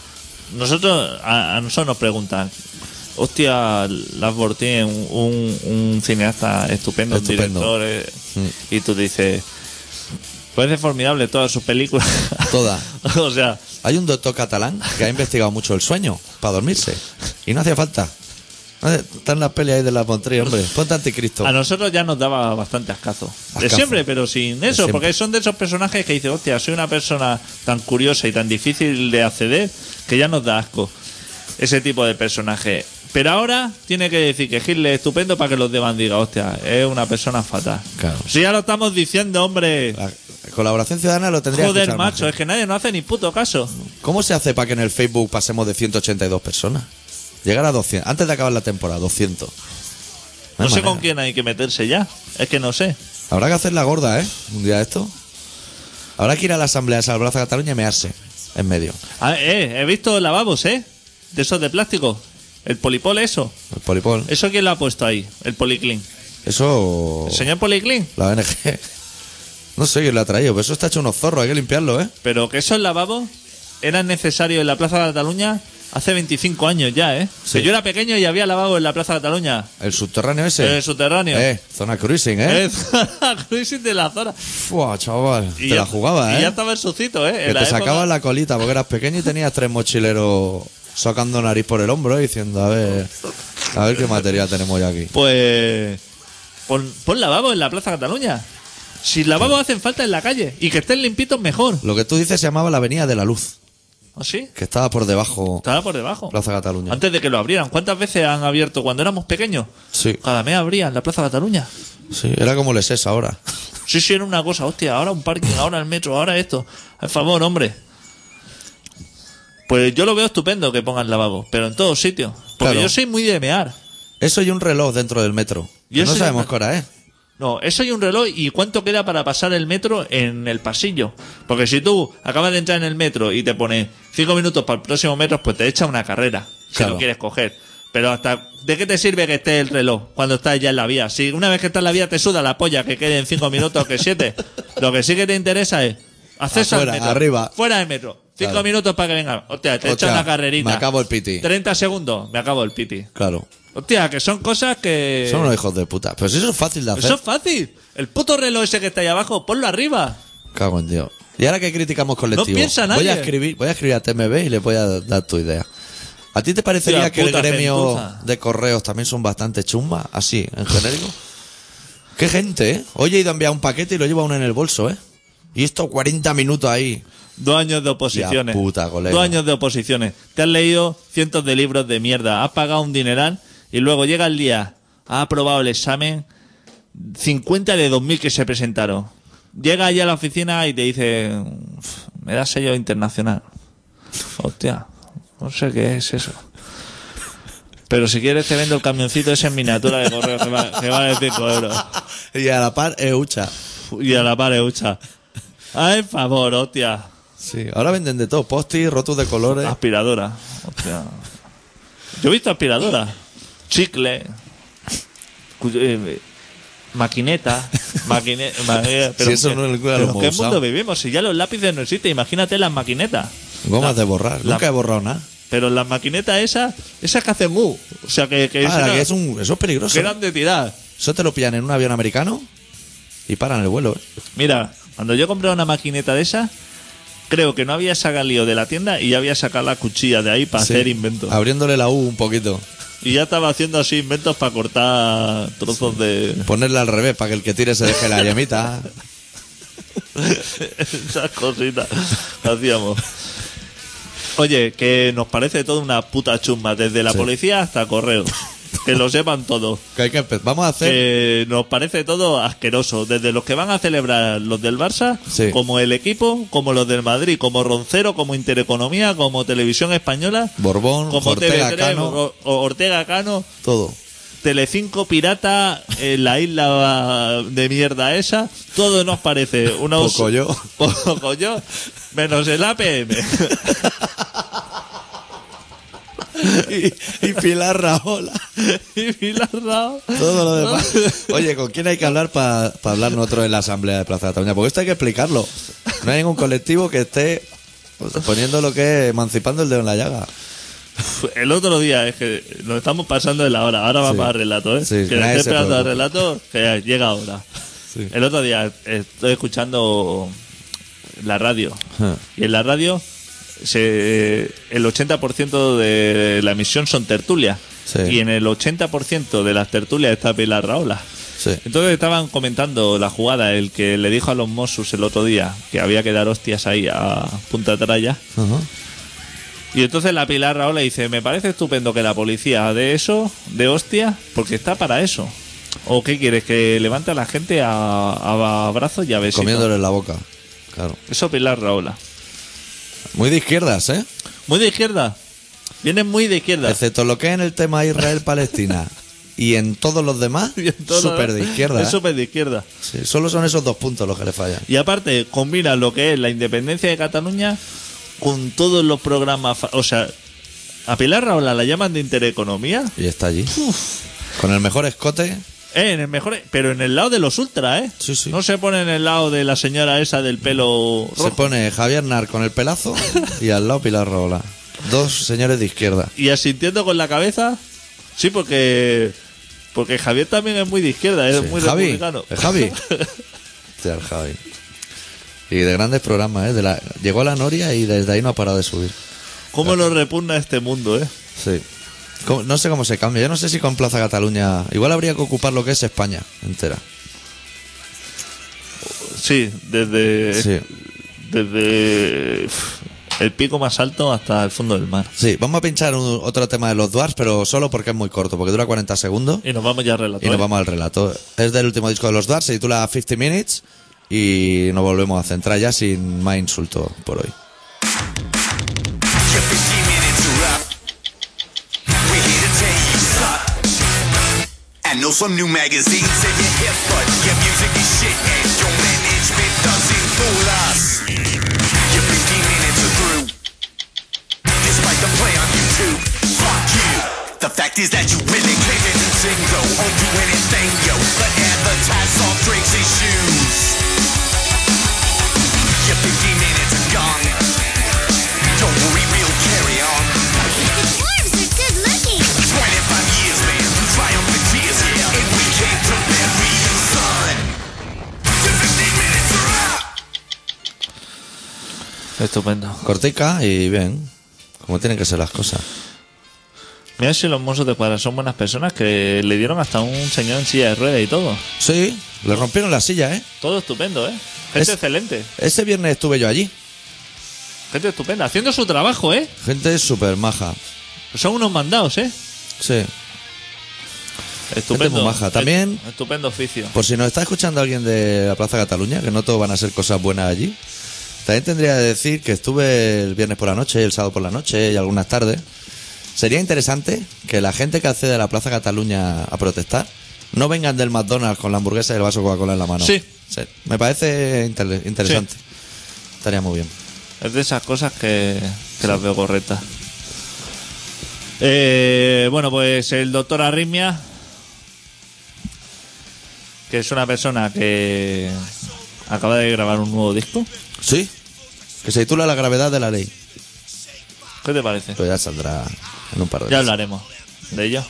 C: nosotros a, a nosotros nos preguntan, hostia, Lars Bortien, un, un cineasta estupendo, un
A: Estupendo. Mm.
C: director, eh, y tú dices, pues es formidable todas sus películas.
A: Todas.
C: [laughs] o sea,
A: Hay un doctor catalán que ha investigado mucho el sueño para dormirse. Y no hacía falta. No hace- Están las peleas ahí de la Montría, hombre. Ponte anticristo.
C: a nosotros ya nos daba bastante ascazo. De
A: Ascazo.
C: siempre, pero sin eso,
A: siempre.
C: porque son de esos personajes que dices, hostia, soy una persona tan curiosa y tan difícil de acceder que ya nos da asco ese tipo de personaje. Pero ahora tiene que decir que Hitler es estupendo para que los demás digan, hostia, es una persona fatal.
A: Claro.
C: Si ya lo estamos diciendo, hombre.
A: La colaboración ciudadana lo tendría que
C: Joder,
A: escuchar más
C: macho,
A: gente.
C: es que nadie no hace ni puto caso.
A: ¿Cómo se hace para que en el Facebook pasemos de 182 personas? Llegar a 200. Antes de acabar la temporada, 200. hay
C: No, sé
A: manera.
C: con quién hay que meterse ya. Es que no sé.
A: Habrá que hacer la gorda, ¿eh? Un día esto. Habrá que ir a la Asamblea de Salvaza Cataluña y mearse en medio.
C: Ah, eh, he visto lavabos, ¿eh? De esos de plástico. El polipol, eso.
A: El polipol.
C: ¿Eso quién lo ha puesto ahí? El policlin.
A: Eso.
C: ¿El señor policlin?
A: La ONG. [laughs] No sé quién lo ha traído, pero eso está hecho unos zorros, hay que limpiarlo, ¿eh?
C: Pero que esos lavabos eran necesarios en la Plaza de Cataluña hace 25 años ya, ¿eh?
A: Sí.
C: Que yo era pequeño y había lavabos en la Plaza de Cataluña.
A: El subterráneo ese.
C: El subterráneo.
A: Eh, zona cruising, ¿eh?
C: ¿Eh? [laughs] Crisis de la zona.
A: Fua, chaval.
C: Y
A: te
C: ya-
A: la jugaba,
C: Y ya
A: ¿eh?
C: estaba el sucito, ¿eh? En
A: Que
C: la
A: te
C: época-
A: sacabas la colita porque eras pequeño y tenías tres mochileros sacando nariz por el hombro y diciendo, a ver, a ver qué material tenemos ya aquí.
C: Pues pon, pon lavabo en la Plaza Cataluña. Si lavabos hacen falta en la calle y que estén limpitos mejor.
A: Lo que tú dices se llamaba la Avenida de la Luz,
C: ¿O sí?
A: que estaba por debajo
C: Estaba por debajo.
A: Plaza Cataluña.
C: Antes de que lo abrieran. ¿Cuántas veces han abierto cuando éramos pequeños?
A: Sí,
C: Cada mes abrían la Plaza Cataluña.
A: sí, era como les es ahora.
C: Sí, sí, era una cosa. Hostia, ahora un parking, ahora el metro, ahora esto. Al favor, hombre. Pues yo lo veo estupendo que pongan lavabos, pero en todos sitios. Porque
A: Claro.
C: yo soy muy de mear.
A: Eso y un reloj dentro del metro.
C: Y
A: que
C: eso
A: no
C: ya
A: sabemos
C: no-
A: qué hora es.
C: No, eso y un reloj y cuánto queda para pasar el metro en el pasillo. Porque si tú acabas de entrar en el metro y te pones cinco minutos para el próximo metro, pues te echa una carrera. Si
A: Claro.
C: lo quieres coger. Pero hasta, ¿de qué te sirve que esté el reloj cuando estás ya en la vía? Si una vez que estás en la vía te suda la polla que queden cinco minutos que siete. lo que sí que te interesa es acceso
A: Afuera,
C: al metro.
A: arriba.
C: Fuera del metro. Cinco
A: Claro.
C: minutos para que venga. Hostia, te
A: Hostia,
C: echa una carrerita.
A: me acabo el piti.
C: 30 segundos, me acabo el piti.
A: Claro.
C: Hostia, que son cosas que.
A: Son unos hijos de puta. Pero si eso es fácil de hacer.
C: Eh, Eso es fácil. El puto reloj ese que está ahí abajo, ponlo arriba.
A: Cago en Dios. Y ahora que criticamos colectivo,
C: No piensa
A: voy a
C: nadie.
A: escribir, voy a escribir a TMB y le voy a dar tu idea. ¿A ti te parecería
C: Hostia,
A: que el
C: puta
A: gremio
C: gentuza.
A: de correos también son bastante chumba, así, en genérico? Qué gente, ¿eh? Hoy he ido a enviar un paquete y lo lleva uno en el bolso, ¿eh? Y esto 40 minutos
C: [laughs]
A: ahí.
C: Dos años de oposiciones.
A: Ya, puta, colega.
C: Dos años de oposiciones. Te has leído cientos de libros de mierda. Has pagado un dineral y luego llega el día. Has aprobado el examen. 50 de 2.000 que se presentaron. Llega allí a la oficina y te dice, "Uf, me da sello internacional. Hostia, no sé qué es eso. Pero si quieres te vendo el camioncito ese en miniatura de correo que, va- que vale 5 euros.
A: Y a la par, eh, eucha.
C: Y a la pareucha. Ay, favor, hostia.
A: Sí, ahora venden de todo, postis, rotos de colores.
C: Aspiradora. Hostia. Yo he visto aspiradora. Chicle. Cu- eh, Maquineta. Maquine- [laughs] ma- eh, pero
A: Si eso
C: ¿en qué-
A: no es el culo, lo
C: pero ¿en
A: hemos
C: qué
A: usado.
C: mundo vivimos? Si ya los lápices no existen, imagínate las maquinetas.
A: Gomas de borrar.
C: la-
A: Nunca he borrado nada.
C: Pero las maquinetas esas, esas que hacen mu. O sea, que, que,
A: Ah,
C: esas
A: que es un- eso es peligroso.
C: que eran de tirar.
A: Eso te lo pillan en un avión americano y paran el vuelo, ¿eh?
C: Mira, cuando yo compré una maquineta de esas, creo que no había sacado el lío de la tienda y ya había sacado la cuchilla de ahí para
A: Sí. Ah.
C: hacer inventos.
A: Abriéndole la U un poquito.
C: Y ya estaba haciendo así inventos para cortar trozos de [laughs]
A: Ponerla al revés para que el que tire se deje la llamita.
C: esas cositas que hacíamos. Oye, que nos parece toda una puta chumba, desde la
A: Sí.
C: policía hasta correo. Que lo sepan todo.
A: Que hay que empe- Vamos a hacer.
C: Que nos parece todo asqueroso. Desde los que van a celebrar los del Barça,
A: Sí.
C: como el equipo, como los del Madrid, como Roncero, como Intereconomía, como Televisión Española,
A: Borbón,
C: como
A: Ortega
C: TV3,
A: Cano.
C: o- o Ortega Cano,
A: Todo. [laughs]
C: Telecinco pirata, eh, la isla de mierda esa, todo nos parece una us-
A: Poco yo.
C: [laughs] poco yo, menos el APM.
A: Y, y Pilar Rahola.
C: [laughs] y Pilar Rao.
A: Todo lo
C: [laughs]
A: demás. Oye, ¿con quién hay que hablar para hablar nosotros en la Asamblea de Plaza de Cataluña? Porque esto hay que explicarlo. No hay ningún colectivo que esté pues, poniendo lo que es emancipando el dedo en la llaga.
C: El otro día es que nos estamos pasando de la hora. Ahora vamos
A: Sí.
C: al relato, ¿eh?
A: Sí,
C: que le
A: nadie
C: estoy
A: se
C: esperando al
A: preocupa.
C: relato que llega ahora.
A: Sí.
C: El otro día eh, estoy escuchando la radio.
A: Ah.
C: Y en la radio se, eh, el 80% de la emisión son tertulias.
A: Sí.
C: Y en el 80% de las tertulias está Pilar Raola.
A: Sí.
C: Entonces estaban comentando la jugada, el que le dijo a los Mossus el otro día que había que dar hostias ahí a punta tralla.
A: Ajá.
C: Y entonces la Pilar Raola dice, me parece estupendo que la policía de eso, de hostia, porque está para eso. ¿O qué quieres? ¿Que levante a la gente a, a brazos y a besitos?
A: Comiéndole la boca. Claro.
C: Eso Pilar Raola.
A: Muy de izquierdas, ¿eh?
C: Muy de izquierda. Vienen muy de izquierda. [laughs]
A: Excepto lo que es en el tema Israel-Palestina. y en todos los demás,
C: Y en todo-
A: súper de izquierda.
C: Es
A: ¿eh?
C: súper de izquierda.
A: Sí, solo son esos dos puntos los que le fallan.
C: Y aparte, combina lo que es la independencia de Cataluña con todos los programas. fa- O sea, a Pilar Raola la llaman de intereconomía.
A: Y está allí. Con el mejor escote.
C: Eh, en el mejor, pero en el lado de los ultra, ¿eh?
A: Sí, sí.
C: No se pone en el lado de la señora esa del pelo rojo.
A: Se pone Javier Nar con el pelazo y al lado Pilar Rola. Dos señores de izquierda.
C: Y asintiendo con la cabeza. Sí, porque. Porque Javier también es muy de izquierda, es
A: Sí.
C: muy
A: Javi,
C: republicano.
A: el Javi. Hostia, el Javi. Y de grandes programas, ¿eh? De la... Llegó a la Noria y desde ahí no ha parado de subir.
C: [laughs] ¿Cómo lo repugna este mundo, eh?
A: Sí. ¿Cómo- No sé cómo se cambia. Yo no sé si con Plaza Cataluña. Igual habría que ocupar lo que es España entera.
C: Sí, desde.
A: Sí.
C: Desde. pf, El pico más alto hasta el fondo del mar.
A: Sí, vamos a pinchar un- otro tema de los Dwarfs, pero solo porque es muy corto, porque dura 40 segundos.
C: Y nos vamos ya a
A: Y
C: relatar.
A: nos vamos al relato. Es del último disco de los Dwarfs, se titula 50 Minutes. Y nos volvemos a centrar ya sin más insulto por hoy.
B: Your 15 minutes are up. We're here to tell you suck. I know some new magazines say you're hip, but your music is shit and your management doesn't fool us. Your 15 minutes are through. Despite the play on YouTube, fuck you. The fact is that you really claim it and sing, yo. Won't do anything, yo. But advertise soft drinks and shoes. Your 15 minutes are gone. Don't worry, we'll carry on.
D: The dwarves are good looking.
B: 25 years, man, triumphant tears, yeah. And we came to bury your son. Your 15 minutes are up.
C: Estupendo.
A: Cortica y bien. Como tienen que ser las cosas.
C: Mira si los mozos de cuadra son buenas personas que le dieron hasta un señor en silla de ruedas y todo.
A: Sí, le rompieron la silla, ¿eh?
C: Todo estupendo, ¿eh? Gente
A: Es-
C: excelente.
A: Ese viernes estuve yo allí.
C: Gente estupenda. Haciendo su trabajo, ¿eh?
A: Gente súper maja.
C: Son unos mandados, ¿eh?
A: Sí.
C: Estupendo.
A: muy maja.
C: Es-
A: También-
C: Estupendo oficio.
A: Por si nos está escuchando alguien de la Plaza Cataluña, que no todo van a ser cosas buenas allí. También tendría que decir que estuve el viernes por la noche, el sábado por la noche y algunas tardes. Sería interesante que la gente que accede a la Plaza Cataluña a protestar no vengan del McDonald's con la hamburguesa y el vaso de Coca-Cola en la mano.
C: Sí.
A: Me parece inter- interesante. Estaría muy bien.
C: Es de esas cosas que, que las veo correctas. Eh, bueno, pues el doctor Arritmia, que es una persona que acaba de grabar un nuevo disco.
A: ¿Sí? Que se titula La gravedad de la ley.
C: ¿Qué te parece?
A: Pero ya saldrá en un par de
C: Ya
A: días.
C: hablaremos de ello.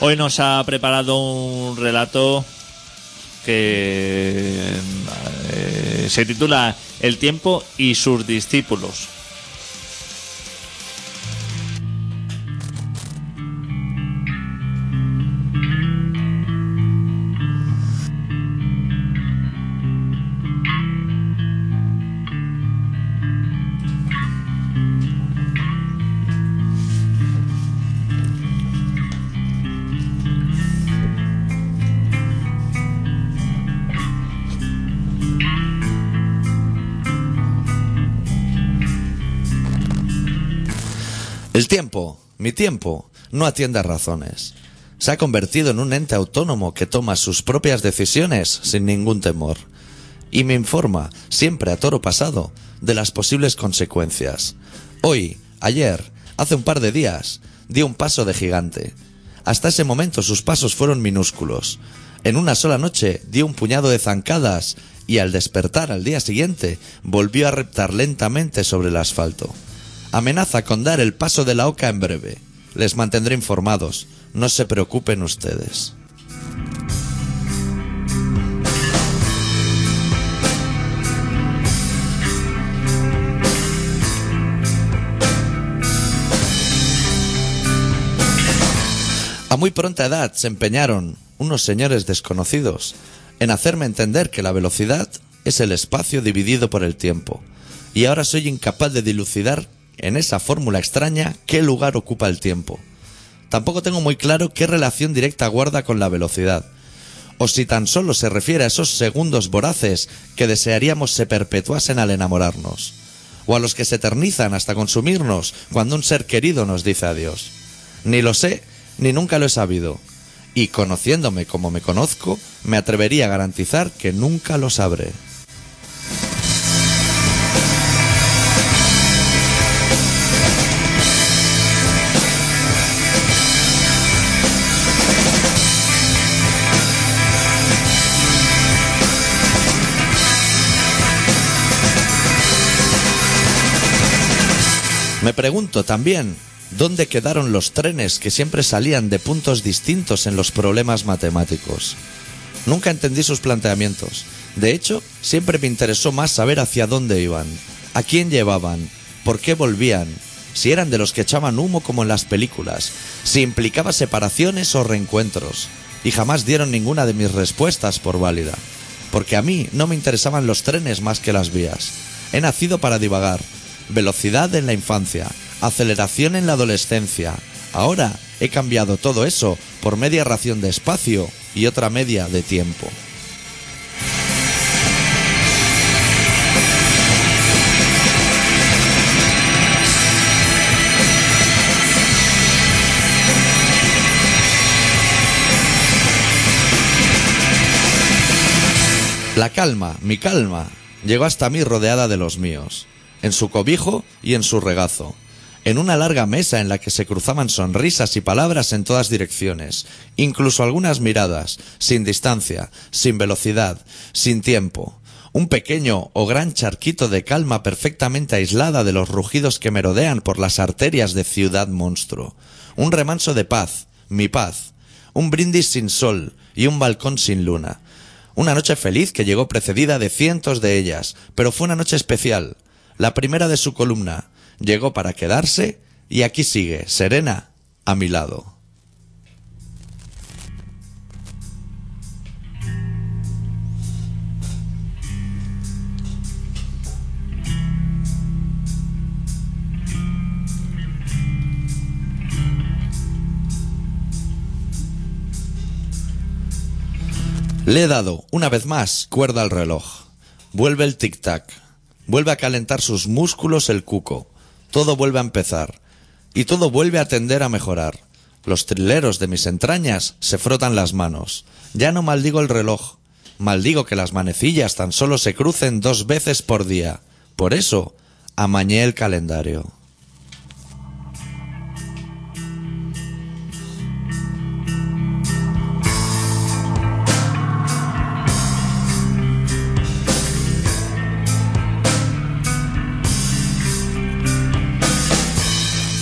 C: Hoy nos ha preparado un relato que eh, se titula El tiempo y sus discípulos.
A: El tiempo, mi tiempo, no atiende a razones. Se ha convertido en un ente autónomo que toma sus propias decisiones sin ningún temor. Y me informa, siempre a toro pasado, de las posibles consecuencias. Hoy, ayer, hace un par de días, di un paso de gigante. Hasta ese momento sus pasos fueron minúsculos. En una sola noche dio un puñado de zancadas y al despertar al día siguiente volvió a reptar lentamente sobre el asfalto. Amenaza con dar el paso de la oca en breve. Les mantendré informados. No se preocupen ustedes. A muy pronta edad se empeñaron unos señores desconocidos en hacerme entender que la velocidad es el espacio dividido por el tiempo. Y ahora soy incapaz de dilucidar en esa fórmula extraña qué lugar ocupa el tiempo. Tampoco tengo muy claro qué relación directa guarda con la velocidad. O si tan solo se refiere a esos segundos voraces que desearíamos se perpetuasen al enamorarnos. O a los que se eternizan hasta consumirnos cuando un ser querido nos dice adiós. Ni lo sé, ni nunca lo he sabido. Y conociéndome como me conozco, me atrevería a garantizar que nunca lo sabré. Me pregunto también dónde quedaron los trenes que siempre salían de puntos distintos en los problemas matemáticos. Nunca entendí sus planteamientos. De hecho, siempre me interesó más saber hacia dónde iban, a quién llevaban, por qué volvían, si eran de los que echaban humo como en las películas, si implicaba separaciones o reencuentros. Y jamás dieron ninguna de mis respuestas por válida, porque a mí no me interesaban los trenes más que las vías. He nacido para divagar. Velocidad en la infancia, aceleración en la adolescencia. Ahora he cambiado todo eso por media ración de espacio y otra media de tiempo. La calma, mi calma, llegó hasta mí rodeada de los míos, en su cobijo y en su regazo, en una larga mesa en la que se cruzaban sonrisas y palabras en todas direcciones, incluso algunas miradas, sin distancia, sin velocidad, sin tiempo. Un pequeño o gran charquito de calma perfectamente aislada de los rugidos que merodean por las arterias de ciudad monstruo. Un remanso de paz, mi paz. Un brindis sin sol y un balcón sin luna. Una noche feliz que llegó precedida de cientos de ellas, pero fue una noche especial, la primera de su columna. Llegó para quedarse y aquí sigue, serena, a mi lado. Le he dado, una vez más, cuerda al reloj. Vuelve el tic-tac. Vuelve a calentar sus músculos el cuco. Todo vuelve a empezar. Y todo vuelve a tender a mejorar. Los trileros de mis entrañas se frotan las manos. Ya no maldigo el reloj. Maldigo que las manecillas tan solo se crucen dos veces por día. Por eso, amañé el calendario.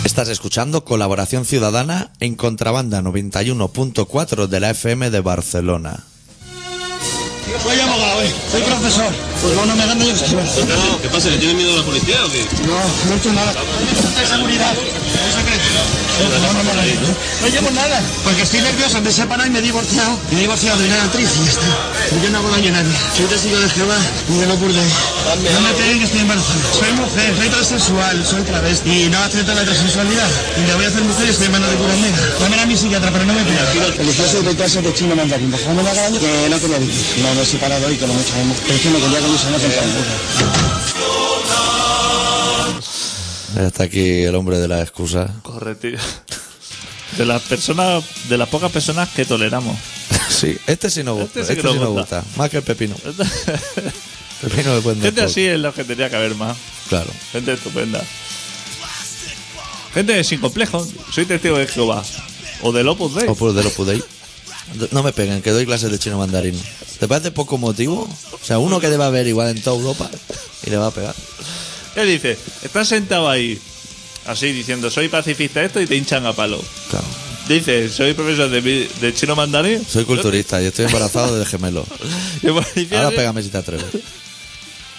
A: Estás escuchando Colaboración Ciudadana en Contrabanda 91.4 de la FM de Barcelona.
E: Soy abogado, eh. soy profesor. Pues bueno, me dan de
F: No, ¿Qué pasa? ¿Le tiene miedo a la policía o qué?
E: No, no he hecho nada. de seguridad. No sé qué. No, no, no, no, no. No llevo nada. Porque estoy nervioso, me he separado y me he divorciado. Me he divorciado de una actriz y ya está. Pero Yo no hago daño a nadie. Soy testigo de Jehová y de lo purde. No me creen que estoy embarazada. Soy mujer, soy transexual, soy travesti. Y no acepto la transexualidad. Y la voy a hacer mujer y estoy en manos de cura negra. Dame a mi psiquiatra, pero no me pida. Religioso de clase de chino mandarín. Por favor, no me haga daño. Que no te lo digo. No, me he separado y que lo mucho hemos. Pero es que me quería con mis amas en Cambuga.
A: Hasta aquí el hombre de la excusa.
C: Corre, tío. De las personas, de las pocas personas que toleramos.
A: Sí, este sí nos gusta. Este
C: Este sí
A: sí,
C: que nos
A: nos
C: gusta.
A: gusta. Más que el pepino. Pepino de Puente
C: Gente
A: Fort.
C: así es la que tenía que haber más.
A: Claro.
C: Gente estupenda. Gente sin complejos. Soy testigo de Jehová. O del Opus Dei.
A: O por de los Pudey. No me peguen, que doy clases de chino mandarín. ¿Te parece poco motivo? O sea, uno que debe haber igual en toda Europa y le va a pegar.
C: Él dice, estás sentado ahí, así diciendo, soy pacifista esto y te hinchan a palo.
A: Claro.
C: Dice, soy profesor de, mi- de chino mandarín. [laughs]
A: Soy culturista y estoy embarazado de gemelo.
C: Y pues por ahí
A: Ahora
C: viene-
A: pégame si te atreves.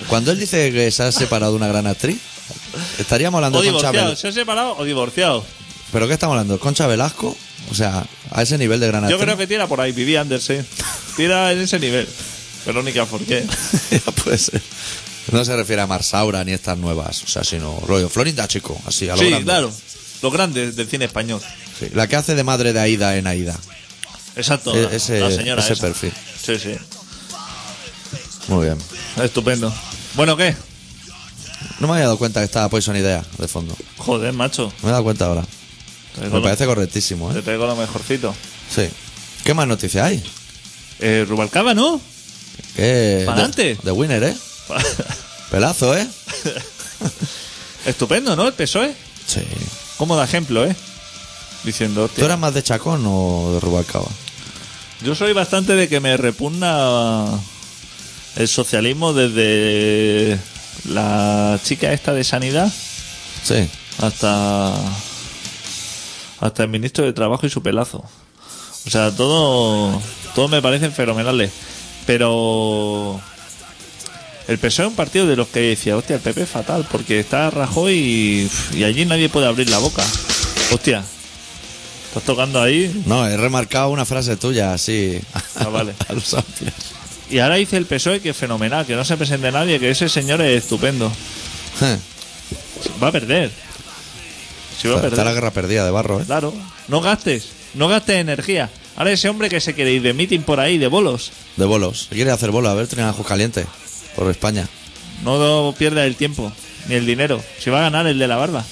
A: Cuando él dice que se ha separado de una gran actriz, estaríamos hablando
C: O
A: de Concha
C: divorciado,
A: Velasco.
C: se ha separado o divorciado.
A: ¿Pero qué estamos hablando? ¿Concha Velasco? O sea, a ese nivel de gran
C: Yo
A: actriz.
C: creo que tira por ahí, Vivi Andersen. Tira en ese nivel. Verónica Forqué.
A: [laughs] Ya puede ser. No se refiere a Marsaura ni estas nuevas, o sea, sino rollo Florinda, chico, así a lo
C: Sí,
A: grande.
C: claro. Los grandes del cine español.
A: Sí, La que hace de madre de Aida en Aida.
C: Exacto.
A: E-
C: la-
A: ese-
C: la señora
A: ese
C: esa.
A: perfil.
C: Sí, sí.
A: Muy bien.
C: Estupendo. Bueno, ¿qué?
A: No me había dado cuenta que estaba Poison Idea de fondo.
C: Joder, macho.
A: Me he dado cuenta ahora.
C: Te
A: Me
C: traigo lo-
A: parece correctísimo,
C: Te
A: ¿eh?
C: traigo lo mejorcito.
A: Sí. ¿Qué más noticias hay?
C: Eh, Rubalcaba, ¿no? [laughs]
A: ¿Qué?
C: Pa'lante.
A: De, de Winner, ¿eh? Pelazo,
C: [laughs]
A: ¿eh?
C: Estupendo, ¿no? El PSOE.
A: Sí.
C: Como da E. ejemplo, ¿eh? Diciendo,
A: ¿Tú
C: hostia,
A: eras más de Chacón o de Rubalcaba?
C: yo soy bastante de que me repugna el socialismo desde la chica esta de sanidad
A: Sí.
C: hasta hasta el ministro de trabajo y su pelazo. O sea, todo todos me parecen fenomenales, pero el PSOE E es un partido de los que decía, hostia, el PP es fatal porque está Rajoy y, y allí nadie puede abrir la boca. Hostia. Estás tocando ahí
A: No, he remarcado una frase tuya así.
C: Ah, vale.
A: [laughs] a los amplios.
C: Y ahora dice el PSOE E que es fenomenal, que no se presente nadie, que ese señor es estupendo. Va a perder. Si va a
A: Pues Está la
C: perder.
A: guerra perdida de barro, ¿eh?
C: Claro. No gastes. No gastes energía. Ahora ese hombre que se quiere ir de meeting por ahí, de bolos.
A: De bolos. Quiere hacer bolos, a ver, trinajos calientes. Por España.
C: No pierda el tiempo, ni el dinero. Si va a ganar el de la barba.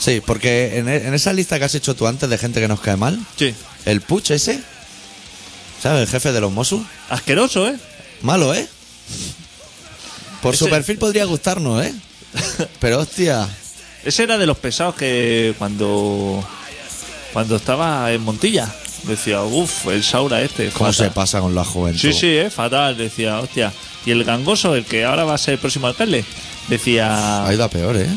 A: Sí, porque en, e- en esa lista que has hecho tú antes de gente que nos cae mal,
C: Sí.
A: el Puch ese, ¿sabes? El jefe de los Mosul.
C: Asqueroso, ¿eh?
A: Malo, ¿eh? Por su
C: Ese-
A: perfil podría gustarnos,
C: [laughs]
A: ¿eh? Pero hostia,
C: Ese era de los pesados que cuando. Cuando estaba en Montilla. Decía, uff, el Saura este.
A: ¿cómo
C: fatal".
A: se pasa con la juventud?
C: Sí, sí, eh, fatal, decía, hostia. Y el gangoso, el que ahora va a ser el próximo alcalde, decía. [laughs]
A: Ha ido a peor, ¿eh?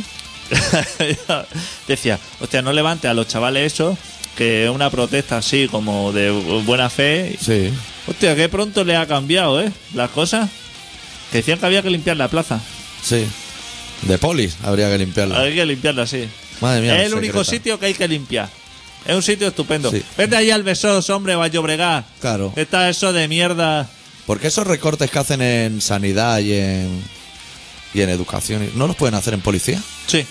C: decía, hostia, no levante a los chavales eso, que es una protesta así como de buena fe.
A: Sí.
C: Hostia, que pronto le ha cambiado, ¿eh? Las cosas. Que decían que había que limpiar la plaza.
A: Sí. De polis habría que limpiarla.
C: Hay que limpiarla, sí.
A: Madre mía.
C: es el
A: secreta.
C: único sitio que hay que limpiar. Es un sitio estupendo.
A: Sí.
C: Vete ahí al Besós, hombre, Vallobregar.
A: Claro.
C: Está eso de mierda.
A: Porque esos recortes que hacen en sanidad y en, y en educación, ¿no los pueden hacer en policía?
C: Sí.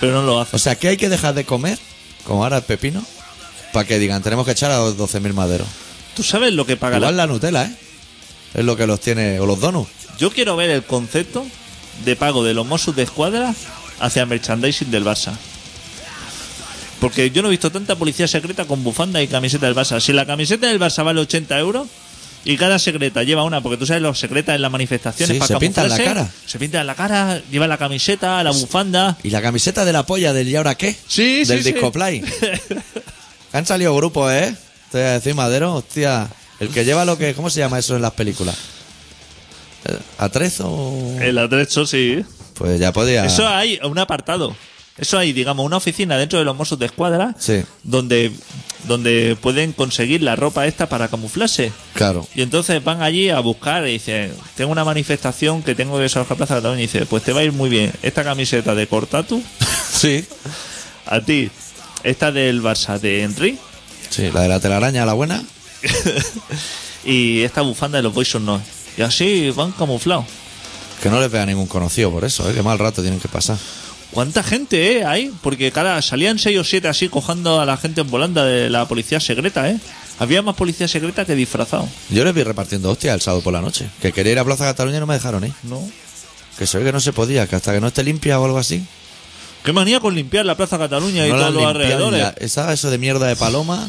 C: Pero no lo hace.
A: O sea, ¿qué hay que dejar de comer? Como ahora el pepino. Para que digan, tenemos que echar a los 12.000 maderos.
C: ¿Tú sabes lo que paga la
A: Igual la Nutella, ¿eh? Es lo que los tiene. O los donuts.
C: Yo quiero ver el concepto de pago de los Mossos de Escuadra hacia el merchandising del Barça. Porque yo no he visto tanta policía secreta con bufanda y camiseta del Barça. Si la camiseta del Barça vale 80 euros y cada secreta lleva una, porque tú sabes, los secretas en las manifestaciones
A: Sí,
C: para
A: se pintan la
C: camuflarse,
A: cara.
C: Se pintan la cara, llevan la camiseta, la bufanda.
A: Y la camiseta de la polla del ¿y ahora qué?
C: Sí, sí,
A: Del
C: sí.
A: Discoplay. Han salido grupos, ¿eh? Te voy a decir, Madero, hostia. El que lleva lo que. ¿Cómo se llama eso en las películas? Eh, ¿Atrezo?
C: [laughs] El atrecho, sí.
A: Pues ya podía.
C: Eso hay un apartado. Eso hay, digamos, una oficina dentro de los Mossos de Escuadra
A: Sí.
C: donde, donde pueden conseguir la ropa esta para camuflarse.
A: Claro.
C: Y entonces van allí a buscar y dicen, tengo una manifestación que tengo que salir a Plaza de Cataluña. Y dice, pues te va a ir muy bien esta camiseta de Cortatu,
A: Sí.
C: a ti, esta del Barça de Henry [laughs]
A: Sí, la de la telaraña, la buena.
C: y esta bufanda de los Boys No. Y así van camuflados.
A: Que no les vea ningún conocido por eso, ¿eh? Que mal rato tienen que pasar.
C: ¿Cuánta gente eh, hay? Porque cara, salían seis o siete así cojando a la gente en volanda de la policía secreta, ¿eh? Había más policía secreta que disfrazado.
A: Yo les vi repartiendo hostia el sábado por la noche. Que quería ir a Plaza Cataluña y no me dejaron ir.
C: ¿No?
A: Que se ve que no se podía, que hasta que no esté limpia o algo así.
C: Qué manía con limpiar la Plaza Cataluña y
A: no la
C: todos los
A: han limpiado
C: alrededores. Eh,
A: ni la- estaba eso de mierda de paloma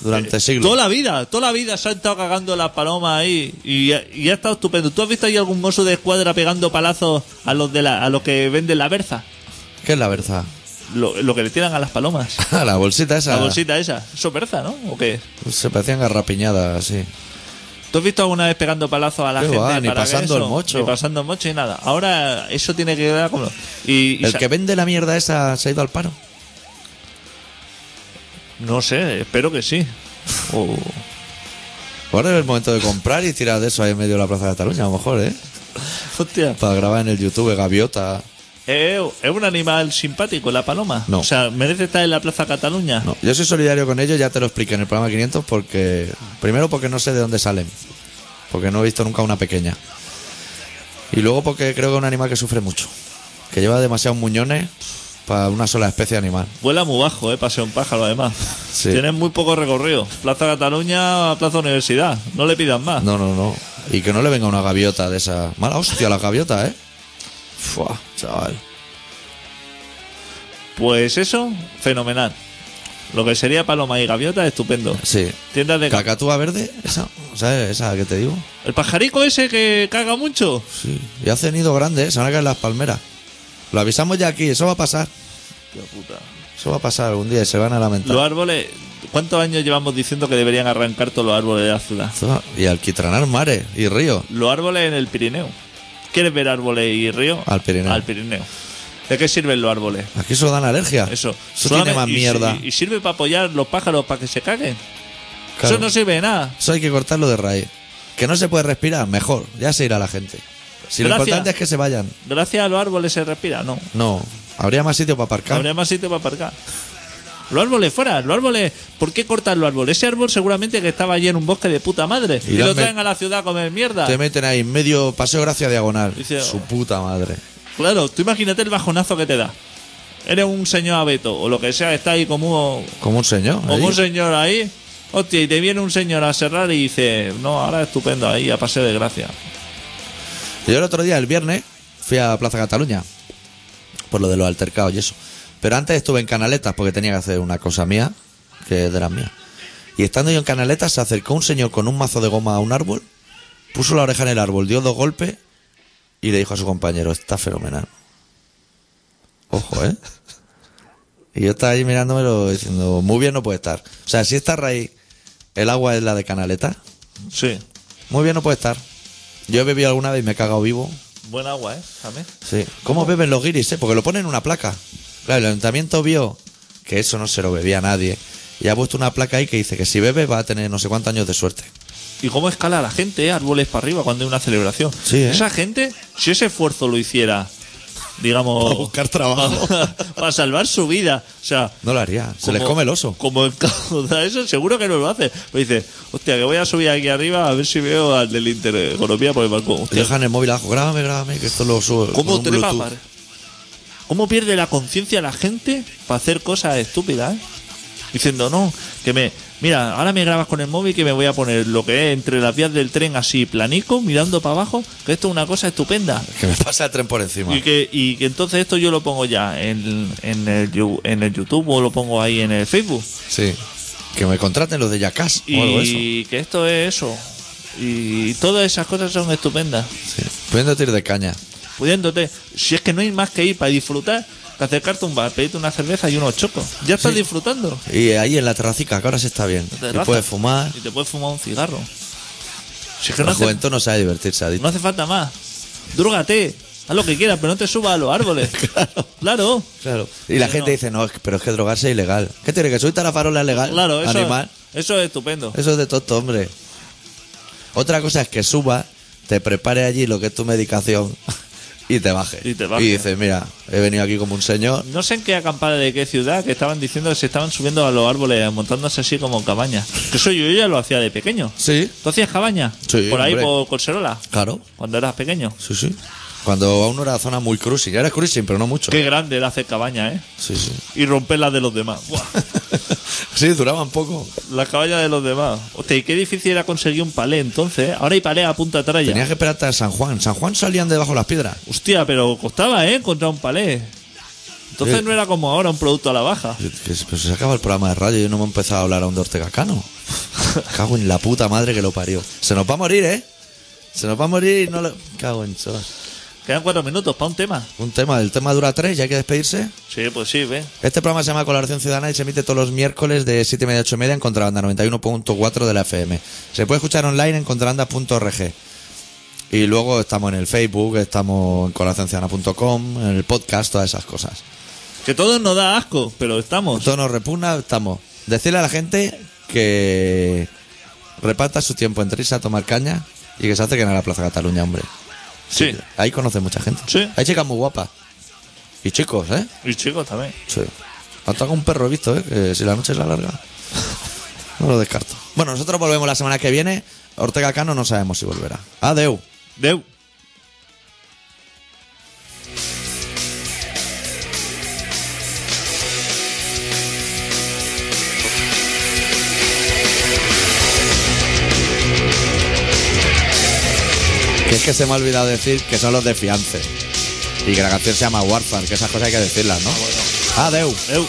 A: durante siglos.
C: Toda la vida, toda la vida se han estado cagando las palomas ahí y, y ha estado estupendo. ¿Tú has visto ahí algún mozo de escuadra pegando palazos a los de la, a los que venden la berza?
A: ¿Qué es la verdad? [laughs]
C: lo, lo que le tiran a las palomas.
A: Ah, la bolsita esa. pues,
C: La bolsita esa. Eso perza, ¿no? ¿O qué?
A: Se parecían garrapiñadas, sí.
C: ¿Tú has visto alguna vez pegando palazos a la
A: Qué
C: gente?
A: va, ni
C: para que
A: pasando
C: eso-
A: el mocho.
C: Ni pasando el mocho y nada. Ahora eso tiene que quedar como... Y, y
A: El
C: sa-
A: que vende la mierda esa se ha ido al paro.
C: No sé, espero que sí.
A: Oh.
C: O-
A: Ahora es el momento de comprar y tirar de eso ahí en medio de la Plaza de Cataluña, a lo mejor, ¿eh?
C: [laughs] Hostia.
A: Para grabar en el YouTube, gaviota.
C: Eh, ¿Es un animal simpático la paloma?
A: No.
C: O sea, ¿merece estar en la Plaza Cataluña?
A: No, yo soy solidario con ellos, ya te lo expliqué en el programa 500 porque... Primero porque no sé de dónde salen, porque no he visto nunca una pequeña. Y luego porque creo que es un animal que sufre mucho, que lleva demasiados muñones para una sola especie de animal.
C: Vuela muy bajo, eh, paseo un pájaro además.
A: Sí.
C: Tienen muy poco recorrido. Plaza Cataluña, Plaza Universidad. No le pidan más.
A: No, no, no. Y que no le venga una gaviota de esa... Mala hostia la gaviota, ¿eh? Fua, chaval.
C: Pues eso, fenomenal. Lo que sería paloma y gaviota, estupendo.
A: Sí.
C: Tiendas de...
A: Cacatúa verde, esa, ¿sabes? Esa que te digo.
C: ¿El pajarico ese que caga mucho?
A: Sí. Y hacen nido grande, ¿eh? se van a caer las palmeras. Lo avisamos ya aquí, eso va a pasar. Eso va a pasar algún día y se van a lamentar.
C: Los árboles... ¿Cuántos años llevamos diciendo que deberían arrancar todos los árboles de la ciudad?
A: Esto- Y alquitranar mares y ríos.
C: Los árboles en el Pirineo. ¿Quieres ver árboles y río?
A: Al Pirineo.
C: Al Pirineo. ¿De qué sirven los árboles?
A: Aquí solo dan alergia.
C: Eso.
A: Eso
C: Solamente-
A: tiene más
C: y-
A: mierda.
C: Y, y sirve para apoyar los pájaros para que se caguen.
A: Claro.
C: Eso no sirve de nada.
A: Eso hay que cortarlo de raíz. Que no se puede respirar, mejor. Ya se irá la gente. Si lo
C: Gracias.
A: importante es que se vayan.
C: Gracias a los árboles se respira, no.
A: No, habría más sitio para aparcar.
C: Habría más sitio para aparcar. Los árboles fuera, los árboles. ¿Por qué cortan los árboles? Ese árbol seguramente que estaba allí en un bosque de puta madre.
A: Y
C: Y,
A: lo
C: lo
A: han met-
C: traen a la ciudad a comer mierda.
A: Te meten ahí en medio paseo Gracia Diagonal.
C: Dice-
A: Su puta madre.
C: Claro, tú imagínate el bajonazo que te da. Eres un señor abeto o lo que sea, está ahí como,
A: Como un señor. ¿eh?
C: como
A: ahí.
C: un señor ahí. Hostia, y te viene un señor a cerrar y dice, no, ahora estupendo ahí, a pase de gracia.
A: Yo el otro día, el viernes, fui a Plaza Cataluña. Por lo de los altercados y eso. Pero antes estuve en Canaletas porque tenía que hacer una cosa mía, que es de las mías. Y estando yo en Canaletas, se acercó un señor con un mazo de goma a un árbol, puso la oreja en el árbol, dio dos golpes y le dijo a su compañero, está fenomenal. Ojo, ¿eh? [laughs] Y yo estaba ahí mirándomelo diciendo, muy bien no puede estar. O sea, si esta raíz, el agua es la de Canaletas,
C: Sí,
A: muy bien no puede estar. Yo he bebido alguna vez y me he cagado vivo,
C: buen agua, ¿eh? También.
A: Sí. ¿Cómo beben los guiris? eh? Porque lo ponen en una placa. Claro, el ayuntamiento vio que eso no se lo bebía nadie. Y ha puesto una placa ahí que dice que si bebe va a tener no sé cuántos años de suerte.
C: Y cómo escala la gente, ¿eh? árboles para arriba cuando hay una celebración.
A: Sí, ¿eh?
C: Esa gente, si ese esfuerzo lo hiciera,
A: [laughs]
C: digamos...
A: Para buscar trabajo.
C: [laughs] para salvar su vida. O sea...
A: No lo haría. Se les
C: como-
A: come el oso.
C: Como encauza eso, seguro que no lo hace. Pero dice, hostia, que voy a subir aquí arriba a ver si veo al del Intereconomía por el balcón.
A: Y
C: Hostia,
A: Dejan el móvil abajo. Grábame, grábame, que esto lo subo. con
C: ¿Cómo
A: un
C: trepa,
A: Bluetooth.
C: padre? ¿Cómo pierde la conciencia la gente para hacer cosas estúpidas? eh? Diciendo, no, que me. Mira, ahora me grabas con el móvil que me voy a poner lo que es entre las vías del tren así planico, mirando para abajo, que esto es una cosa estupenda.
A: Que me pasa el tren por encima.
C: Y que, y que entonces esto yo lo pongo ya en, en el, Yu- en el YouTube o lo pongo ahí en el Facebook.
A: Sí. Que me contraten los de Yacas o algo de eso.
C: Y que esto es eso. Y todas esas cosas son estupendas.
A: Sí. Pudiéndote ir de caña.
C: pudiéndote. Si es que no hay más que ir para disfrutar, que acercarte a un bar, pedirte una cerveza y unos chocos. Ya estás
A: Sí.
C: disfrutando.
A: Y ahí en la terracica, que ahora se está bien.
C: Te
A: Y puedes fumar.
C: Y te puedes fumar un cigarro. Si es que no
A: La
C: hace,
A: juventud no sabe divertirse, adicto.
C: no hace falta más. Drúgate, haz lo que quieras, pero no te subas a los
A: [laughs]
C: árboles. claro. Claro.
A: Claro. Y la
C: Yo
A: gente
C: no.
A: dice, no, es que- pero es que drogarse es ilegal. ¿Qué tiene que subirte a la farola es legal?
C: Claro, eso,
A: Animal.
C: eso es estupendo.
A: Eso es de tonto, hombre. Otra cosa es que subas, te prepare allí lo que es tu medicación [laughs] y te bajes.
C: Y te bajes.
A: dices, mira, he venido aquí como un señor.
C: No sé en qué acampada de qué ciudad que estaban diciendo que se estaban subiendo a los árboles, montándose así como en cabañas. Que eso yo ya lo hacía de pequeño.
A: Sí.
C: ¿Tú hacías cabaña?
A: Sí,
C: Por ahí,
A: hombre.
C: por Corserola,
A: Claro.
C: cuando eras pequeño.
A: Sí, sí. Cuando aún no era zona muy cruising. Ahora es cruising, pero no mucho.
C: Qué grande era hacer cabaña, ¿eh?
A: Sí, sí. [laughs]
C: y romper las de los demás. Buah,
A: sí, duraban poco.
C: las caballas de los demás. Hostia, y qué difícil era conseguir un palé entonces. ¿eh? Ahora hay palé a punta tralla.
A: Tenías que esperarte a San Juan. San Juan salían debajo de las piedras.
C: Hostia, pero costaba, ¿eh? Encontrar un palé. Entonces
A: Sí.
C: no era como ahora un producto a la baja.
A: Que- que- Pero Pues, se acaba el programa de radio y yo no me he empezado a hablar aún de Ortega Cano. Cago en la puta madre que lo parió. Se nos va a morir, ¿eh? Se nos va a morir y no lo... Cago en sol.
C: Quedan cuatro minutos para un tema.
A: Un tema, el tema dura tres, ya hay que despedirse.
C: Sí, pues sí, ve.
A: Este programa se llama Colaboración Ciudadana y se emite todos los miércoles de 7 y media a 8 y media en Contrabanda 91.4 de la FM. Se puede escuchar online en contrabanda.org. Y luego estamos en el Facebook, estamos en colaboracionciudadana.com, en el podcast, todas esas cosas.
C: Que todo nos da asco, pero estamos.
A: Todo nos repugna, estamos. Decirle a la gente que reparta su tiempo en irse a tomar caña y que se acerquen a la Plaza Cataluña, hombre.
C: Sí.
A: Ahí conoce mucha gente.
C: Sí.
A: Hay chicas muy guapas. Y chicos, ¿eh?
C: Y chicos también.
A: Sí. Ataca un perro, he visto, ¿eh? Que si la noche es la larga. [laughs] No lo descarto. Bueno, nosotros volvemos la semana que viene. Ortega Cano no sabemos si volverá. Adeu.
C: Deu.
A: Que es que se me ha olvidado decir que son los de
C: Ah,
A: fiance. Y que la canción se llama Warfare, que esas cosas hay que decirlas, ¿no? Adeu.
C: Deu.